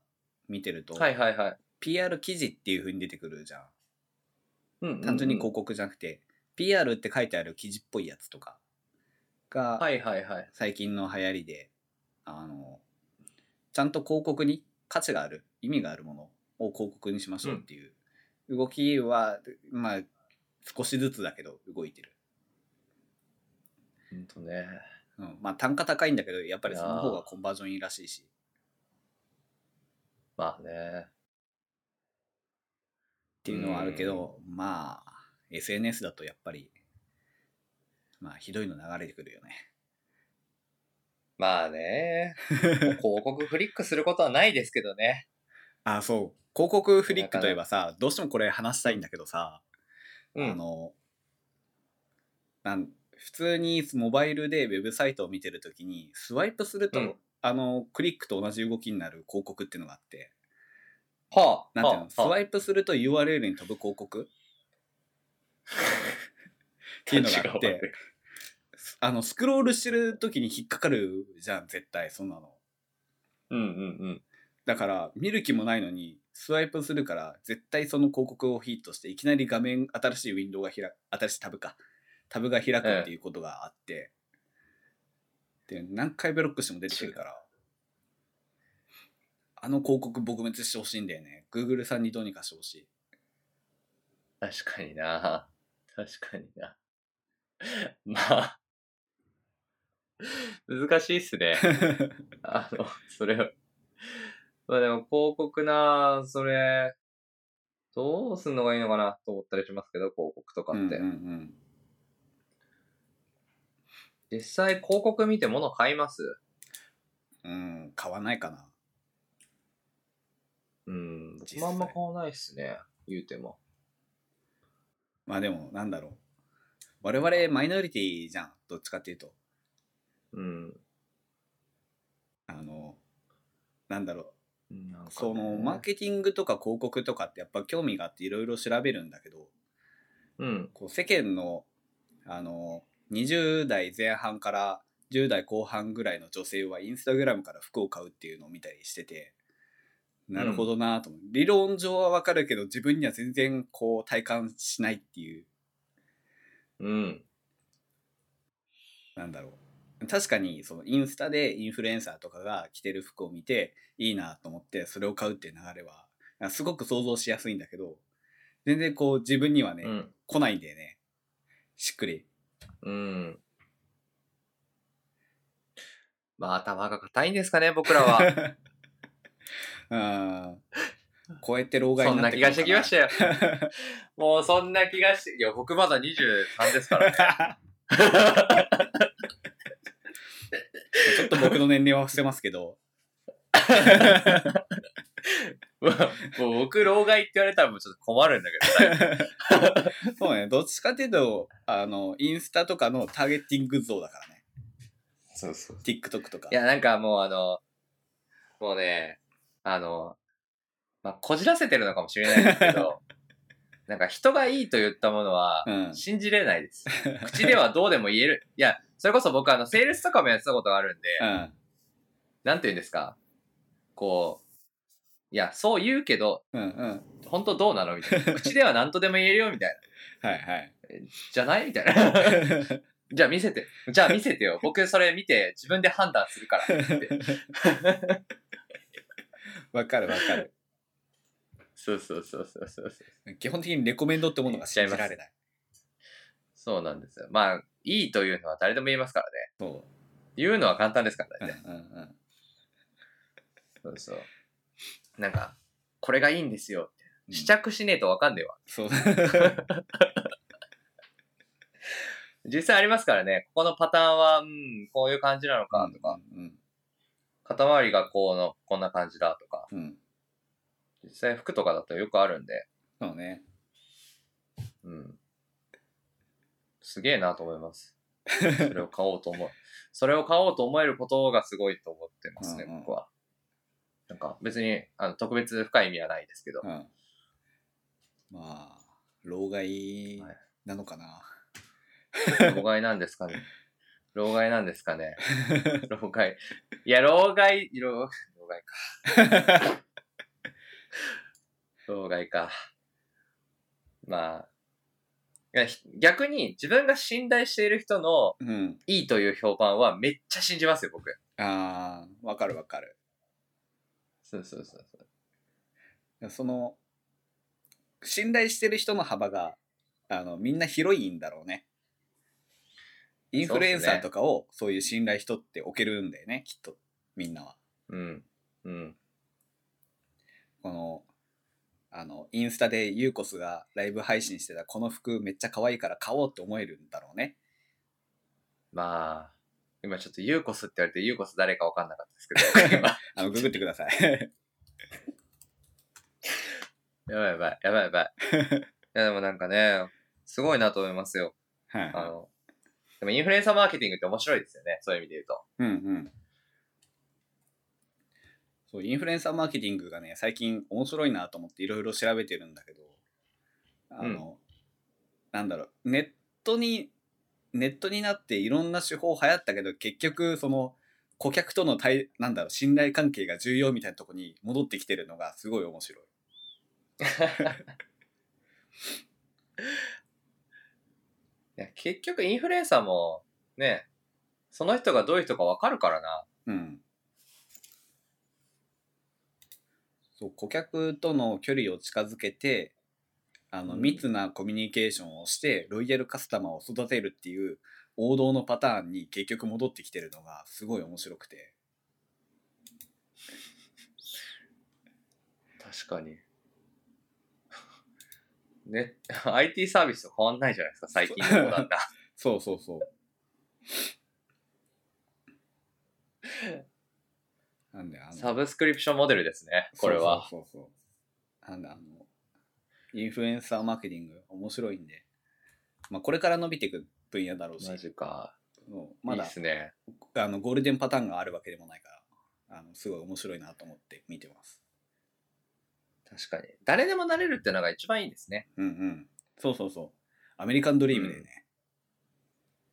[SPEAKER 2] 見てると、
[SPEAKER 1] はいはいはい。
[SPEAKER 2] PR 記事っていう風に出てくるじゃん
[SPEAKER 1] うんうんうん
[SPEAKER 2] 単純に広告じゃなくて、PR って書いてある記事っぽいやつとかが
[SPEAKER 1] はいはいはい。
[SPEAKER 2] 最近の流行りで、あのちゃんと広告に価値がある意味があるものを広告にしましょうっていう動きは、まあ少しずつだけど動いてる、
[SPEAKER 1] ほんとね。
[SPEAKER 2] うん、まあ単価高いんだけどやっぱりその方がコンバージョンいいらしいし
[SPEAKER 1] まあね。
[SPEAKER 2] っていうのはあるけど、まあ SNS だとやっぱりまあひどいの流れてくるよね
[SPEAKER 1] まあ
[SPEAKER 2] <laughs>
[SPEAKER 1] ね。もう広告フリックすることはないですけどね。
[SPEAKER 2] あそう広告フリックといえばさどうしてもこれ話したいんだけどさ、
[SPEAKER 1] うん。
[SPEAKER 2] あのなん普通にモバイルでウェブサイトを見てるときにスワイプすると、
[SPEAKER 1] うん
[SPEAKER 2] あのクリックと同じ動きになる広告っていうのがあって
[SPEAKER 1] はあ。
[SPEAKER 2] なんていう
[SPEAKER 1] は
[SPEAKER 2] の
[SPEAKER 1] あ
[SPEAKER 2] ス
[SPEAKER 1] はあ
[SPEAKER 2] ワイプすると URL に飛ぶ広告っていう
[SPEAKER 1] <laughs>
[SPEAKER 2] のがあってあのスクロールしてるときに引っかかるじゃん絶対そんなの
[SPEAKER 1] うんうん
[SPEAKER 2] だから見る気もないのにスワイプするから絶対その広告をヒットしていきなり画面新しいウィンドウが開く新しいタブかタブが開くっていうことがあって、で何回ブロックしても出てくるからあの広告撲滅してほしいんだよね Google さんにどうにかしてほしい
[SPEAKER 1] うん。確かにな。 <laughs> 確かにな。 <laughs> まあ。 <laughs> 難しいっす
[SPEAKER 2] <laughs>
[SPEAKER 1] ね。あ <laughs> の、それ。まあでも広告な、それ、どうすんのがいいのかなと思ったりしますけど、広告とかって。
[SPEAKER 2] うんうん
[SPEAKER 1] 実際広告見て物買います
[SPEAKER 2] うん、うん、買わないかな
[SPEAKER 1] うん。
[SPEAKER 2] 実際
[SPEAKER 1] まああんま買わないっすね。言うても。
[SPEAKER 2] まあでもなんだろう我々マイノリティじゃんどっちかっていうと
[SPEAKER 1] うん。
[SPEAKER 2] あのなんだろう
[SPEAKER 1] なんかね
[SPEAKER 2] そのマーケティングとか広告とかってやっぱ興味があっていろいろ調べるんだけど
[SPEAKER 1] うん。
[SPEAKER 2] こう世間のあの20代前半から10代後半ぐらいの女性はインスタグラムから服を買うっていうのを見たりしててなるほどなぁと思う、理論上はわかるけど自分には全然こう体感しないっていう
[SPEAKER 1] うん。
[SPEAKER 2] なんだろう確かにそのインスタでインフルエンサーとかが着てる服を見ていいなと思ってそれを買うっていう流れはあすごく想像しやすいんだけど全然こう自分にはね、
[SPEAKER 1] うん。
[SPEAKER 2] 来ないんだよねしっくり <laughs>
[SPEAKER 1] うん。まあ頭が硬いんですかね、僕ら <laughs> は。
[SPEAKER 2] あーこうやって老害
[SPEAKER 1] そ
[SPEAKER 2] に
[SPEAKER 1] んな
[SPEAKER 2] なって
[SPEAKER 1] 気がしてきましたた <laughs> よ。もうそんな気がして、いや、僕まだ23ですからね。
[SPEAKER 2] <laughs> ちょっと僕の年齢は伏せますけど
[SPEAKER 1] <laughs> まあもう僕、老害って言われたらもうちょっと困るんだけどね、
[SPEAKER 2] そうねどっちかっていうとあのインスタとかのターゲティング像だからね
[SPEAKER 1] そうそう。
[SPEAKER 2] TikTok とか
[SPEAKER 1] いや、なんかもうあの、もうね、あの、まあ、こじらせてるのかもしれないですけ <laughs> ど、なんか人がいいと言ったものは
[SPEAKER 2] う、ん
[SPEAKER 1] 信じれない <laughs> です。口ではどうでも言える。いや、それこそ僕、あの、セールスとかもやってたことがあるんで、
[SPEAKER 2] うん
[SPEAKER 1] なんて言うんですか、こう、いや、そう言うけど、
[SPEAKER 2] うんうん
[SPEAKER 1] 本当どうなのみたい
[SPEAKER 2] <laughs>
[SPEAKER 1] な。口では何とでも言えるよ、みたいな。
[SPEAKER 2] はい
[SPEAKER 1] <laughs>
[SPEAKER 2] はい
[SPEAKER 1] じゃないみたい
[SPEAKER 2] <laughs>
[SPEAKER 1] な。じゃあ見せて。じゃあ見せてよ。僕それ見て自分で判断するから。
[SPEAKER 2] わかるわかる
[SPEAKER 1] そうそうそうそうそうそう。
[SPEAKER 2] 基本的にレコメンドってものが信じられない
[SPEAKER 1] そうなんですよ。まあ、いいというのは誰でも言えますからね。
[SPEAKER 2] そ
[SPEAKER 1] 言うのは簡単ですから
[SPEAKER 2] う、うんう
[SPEAKER 1] ね。
[SPEAKER 2] んうん、
[SPEAKER 1] そうそう。なんか、これがいいんですよ。
[SPEAKER 2] うん
[SPEAKER 1] 試着しねえとわかんねえわ。
[SPEAKER 2] そう
[SPEAKER 1] 実際ありますからね。ここのパターンは、うん、こういう感じなのかとか、
[SPEAKER 2] うん
[SPEAKER 1] 肩周りがこうの、こんな感じだとか、
[SPEAKER 2] うんうん
[SPEAKER 1] 実際服とかだとよくあるんで、
[SPEAKER 2] そうね
[SPEAKER 1] うん。すげえなと思い
[SPEAKER 2] <laughs>
[SPEAKER 1] ます。それを買おうと思う。それを買おうと思えることがすごいと思ってますね、
[SPEAKER 2] うんうん
[SPEAKER 1] 僕は。なんか別にあの特別深い意味はないです
[SPEAKER 2] <laughs>
[SPEAKER 1] けど。
[SPEAKER 2] うんまあ老害
[SPEAKER 1] はい
[SPEAKER 2] なのかな、
[SPEAKER 1] 老害なんですかね。老害なんですか
[SPEAKER 2] <laughs>
[SPEAKER 1] ね。老害。いや、老害、老老害か。
[SPEAKER 2] <laughs>
[SPEAKER 1] 老害か。まあ。いやひ逆に自分が信頼している人の
[SPEAKER 2] うん
[SPEAKER 1] いいという評判はめっちゃ信じますよ、僕。
[SPEAKER 2] あーわかるわかる
[SPEAKER 1] そうそうそうそう。
[SPEAKER 2] その信頼してる人の幅があのみんな広いんだろうねインフルエンサーとかをそういう信頼人って置けるんだよねきっとみんなは
[SPEAKER 1] うん。うん。
[SPEAKER 2] このあのインスタでユーコスがライブ配信してたこの服めっちゃ可愛いから買おうって思えるんだろうね
[SPEAKER 1] まあ、今ちょっとユーコスって言われてユーコス誰かわかんなかったですけど、今。
[SPEAKER 2] あのググってください
[SPEAKER 1] <laughs>
[SPEAKER 2] <laughs>
[SPEAKER 1] やばいやばい、やばいやばい。いやでもなんかね、すごいなと思いますよ。
[SPEAKER 2] はい
[SPEAKER 1] あの、でもインフルエンサーマーケティングって面白いですよね。そういう意味で言うと。
[SPEAKER 2] うんうんそうインフルエンサーマーケティングがね最近面白いなと思っていろいろ調べてるんだけどあの、なんだろうネットにネットになっていろんな手法流行ったけど結局その顧客との対なんだろう信頼関係が重要みたいなとこに戻ってきてるのがすごい面白い。
[SPEAKER 1] いや結局インフルエンサーも、ね、その人がどういう人かわかるからな。
[SPEAKER 2] うん、そう顧客との距離を近づけてあの
[SPEAKER 1] うん
[SPEAKER 2] 密なコミュニケーションをしてロイヤルカスタマーを育てるっていう王道のパターンに結局戻ってきてるのがすごい面白くて
[SPEAKER 1] 確かに。ね、IT <laughs> サービスと変わんないじゃないですか、最近のモダンな。
[SPEAKER 2] そうそう
[SPEAKER 1] <laughs>
[SPEAKER 2] そう。なんで、あの、
[SPEAKER 1] サブスクリプションモデルですね、これは。
[SPEAKER 2] そうそうそうそう。なんで、あの、インフルエンサーマーケティング面白いんで、まあ、これから伸びていく分野だろうし
[SPEAKER 1] マ、ジか。
[SPEAKER 2] もうまだ
[SPEAKER 1] いいっすね。
[SPEAKER 2] あのゴールデンパターンがあるわけでもないから、あのすごい面白いなと思って見てます。
[SPEAKER 1] 確かに。誰でもなれるってのが一番いいですね。
[SPEAKER 2] うんうん。そうそうそう。アメリカンドリームでね。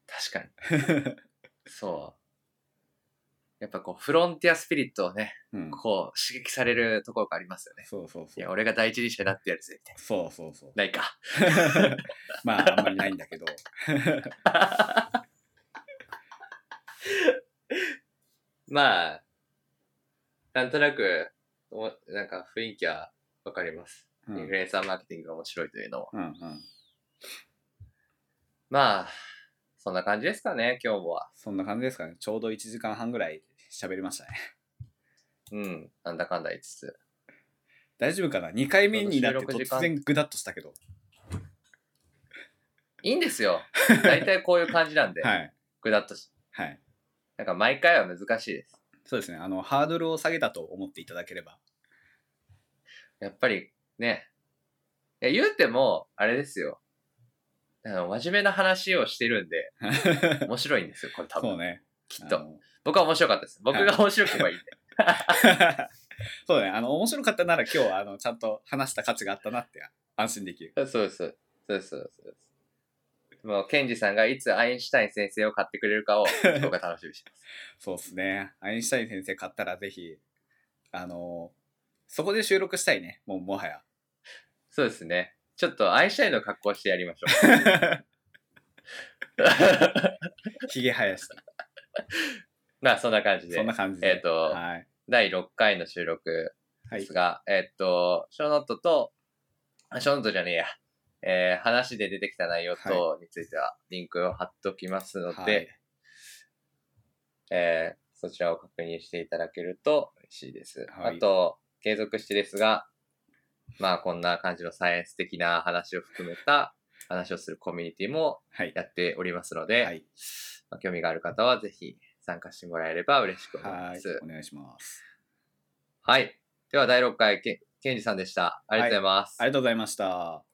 [SPEAKER 1] 確かに。そう。やっぱこう、フロンティアスピリットをね、
[SPEAKER 2] うん、
[SPEAKER 1] こう、刺激されるところがありますよね。
[SPEAKER 2] そうそう
[SPEAKER 1] い
[SPEAKER 2] そ
[SPEAKER 1] や、
[SPEAKER 2] う。
[SPEAKER 1] 俺が第一人者になってやるぜ、みたい
[SPEAKER 2] そうそうそう。 <laughs>
[SPEAKER 1] な。ないか。
[SPEAKER 2] まあ、あんまりないんだけど。
[SPEAKER 1] まあ、なんとなく、おなんか雰囲気はわかります。
[SPEAKER 2] う
[SPEAKER 1] インフ
[SPEAKER 2] ん、
[SPEAKER 1] ルエンサーマーケティングが面白いというのは。
[SPEAKER 2] うん、うん。
[SPEAKER 1] まあ、そんな感じですかね、今日もは。
[SPEAKER 2] そんな感じですかね。ちょうど1時間半ぐらい喋りましたね。 <laughs>
[SPEAKER 1] うん、なんだかんだ言いつつ。
[SPEAKER 2] 大丈夫かな ?2 回目になって
[SPEAKER 1] ちょうど16時
[SPEAKER 2] 突
[SPEAKER 1] 間
[SPEAKER 2] 然グダッとしたけど。
[SPEAKER 1] いいんです <laughs> よ。大体こういう感じなんで、
[SPEAKER 2] はい。
[SPEAKER 1] ぐだっとし。
[SPEAKER 2] はい。
[SPEAKER 1] なんか毎回は難しいです。
[SPEAKER 2] そうですね。あの、ハードルを下げたと思っていただければ。
[SPEAKER 1] やっぱりね、いや言うても、あれですよ。あの、真面目な話をしてるんで、面白いんですよ、これ多
[SPEAKER 2] <laughs> そう
[SPEAKER 1] 分。
[SPEAKER 2] ね。
[SPEAKER 1] きっ
[SPEAKER 2] あ
[SPEAKER 1] と。
[SPEAKER 2] の
[SPEAKER 1] 僕は面白かったです。僕が面白ければいいんで。
[SPEAKER 2] <laughs> そうね。あの、面白かったなら今日は、あの、ちゃんと話した価値があったなって安心できる。
[SPEAKER 1] <laughs> そうそうそう。そうそうそうです。もう、ケンジさんがいつアインシュタイン先生を買ってくれる <laughs> かを、僕は楽しみにしてます。
[SPEAKER 2] そうですね。アインシュタイン先生買ったらぜひ、あの、そこで収録したいね。もう、もは
[SPEAKER 1] <laughs>
[SPEAKER 2] や。
[SPEAKER 1] そうですね。ちょっとアインシュタインの格好してやりましょ <laughs> う。
[SPEAKER 2] ひげ生やした。
[SPEAKER 1] まあ、そんな感じで。
[SPEAKER 2] そんな感じで。
[SPEAKER 1] えっ、と、
[SPEAKER 2] はい。
[SPEAKER 1] 第6回の収録
[SPEAKER 2] は
[SPEAKER 1] で
[SPEAKER 2] い
[SPEAKER 1] す。が、えっ、と、ショーノートと、あショーノートじゃねえや。えー話で出てきた内容等については、リンクを貼っときますので、
[SPEAKER 2] はい
[SPEAKER 1] えーそちらを確認していただけると嬉しいです。
[SPEAKER 2] はい
[SPEAKER 1] あと、継続してですが、まあこんな感じのサイエンス的な話を含めた話をするコミュニティも
[SPEAKER 2] はい。
[SPEAKER 1] やっておりますので、
[SPEAKER 2] はい
[SPEAKER 1] まあ興味がある方はぜひ参加してもらえれば嬉しく思いま
[SPEAKER 2] はい
[SPEAKER 1] す。。
[SPEAKER 2] お願いします。
[SPEAKER 1] はい。では第6回、けケンジさんでした。ありがとうございます。
[SPEAKER 2] ありがとうございました。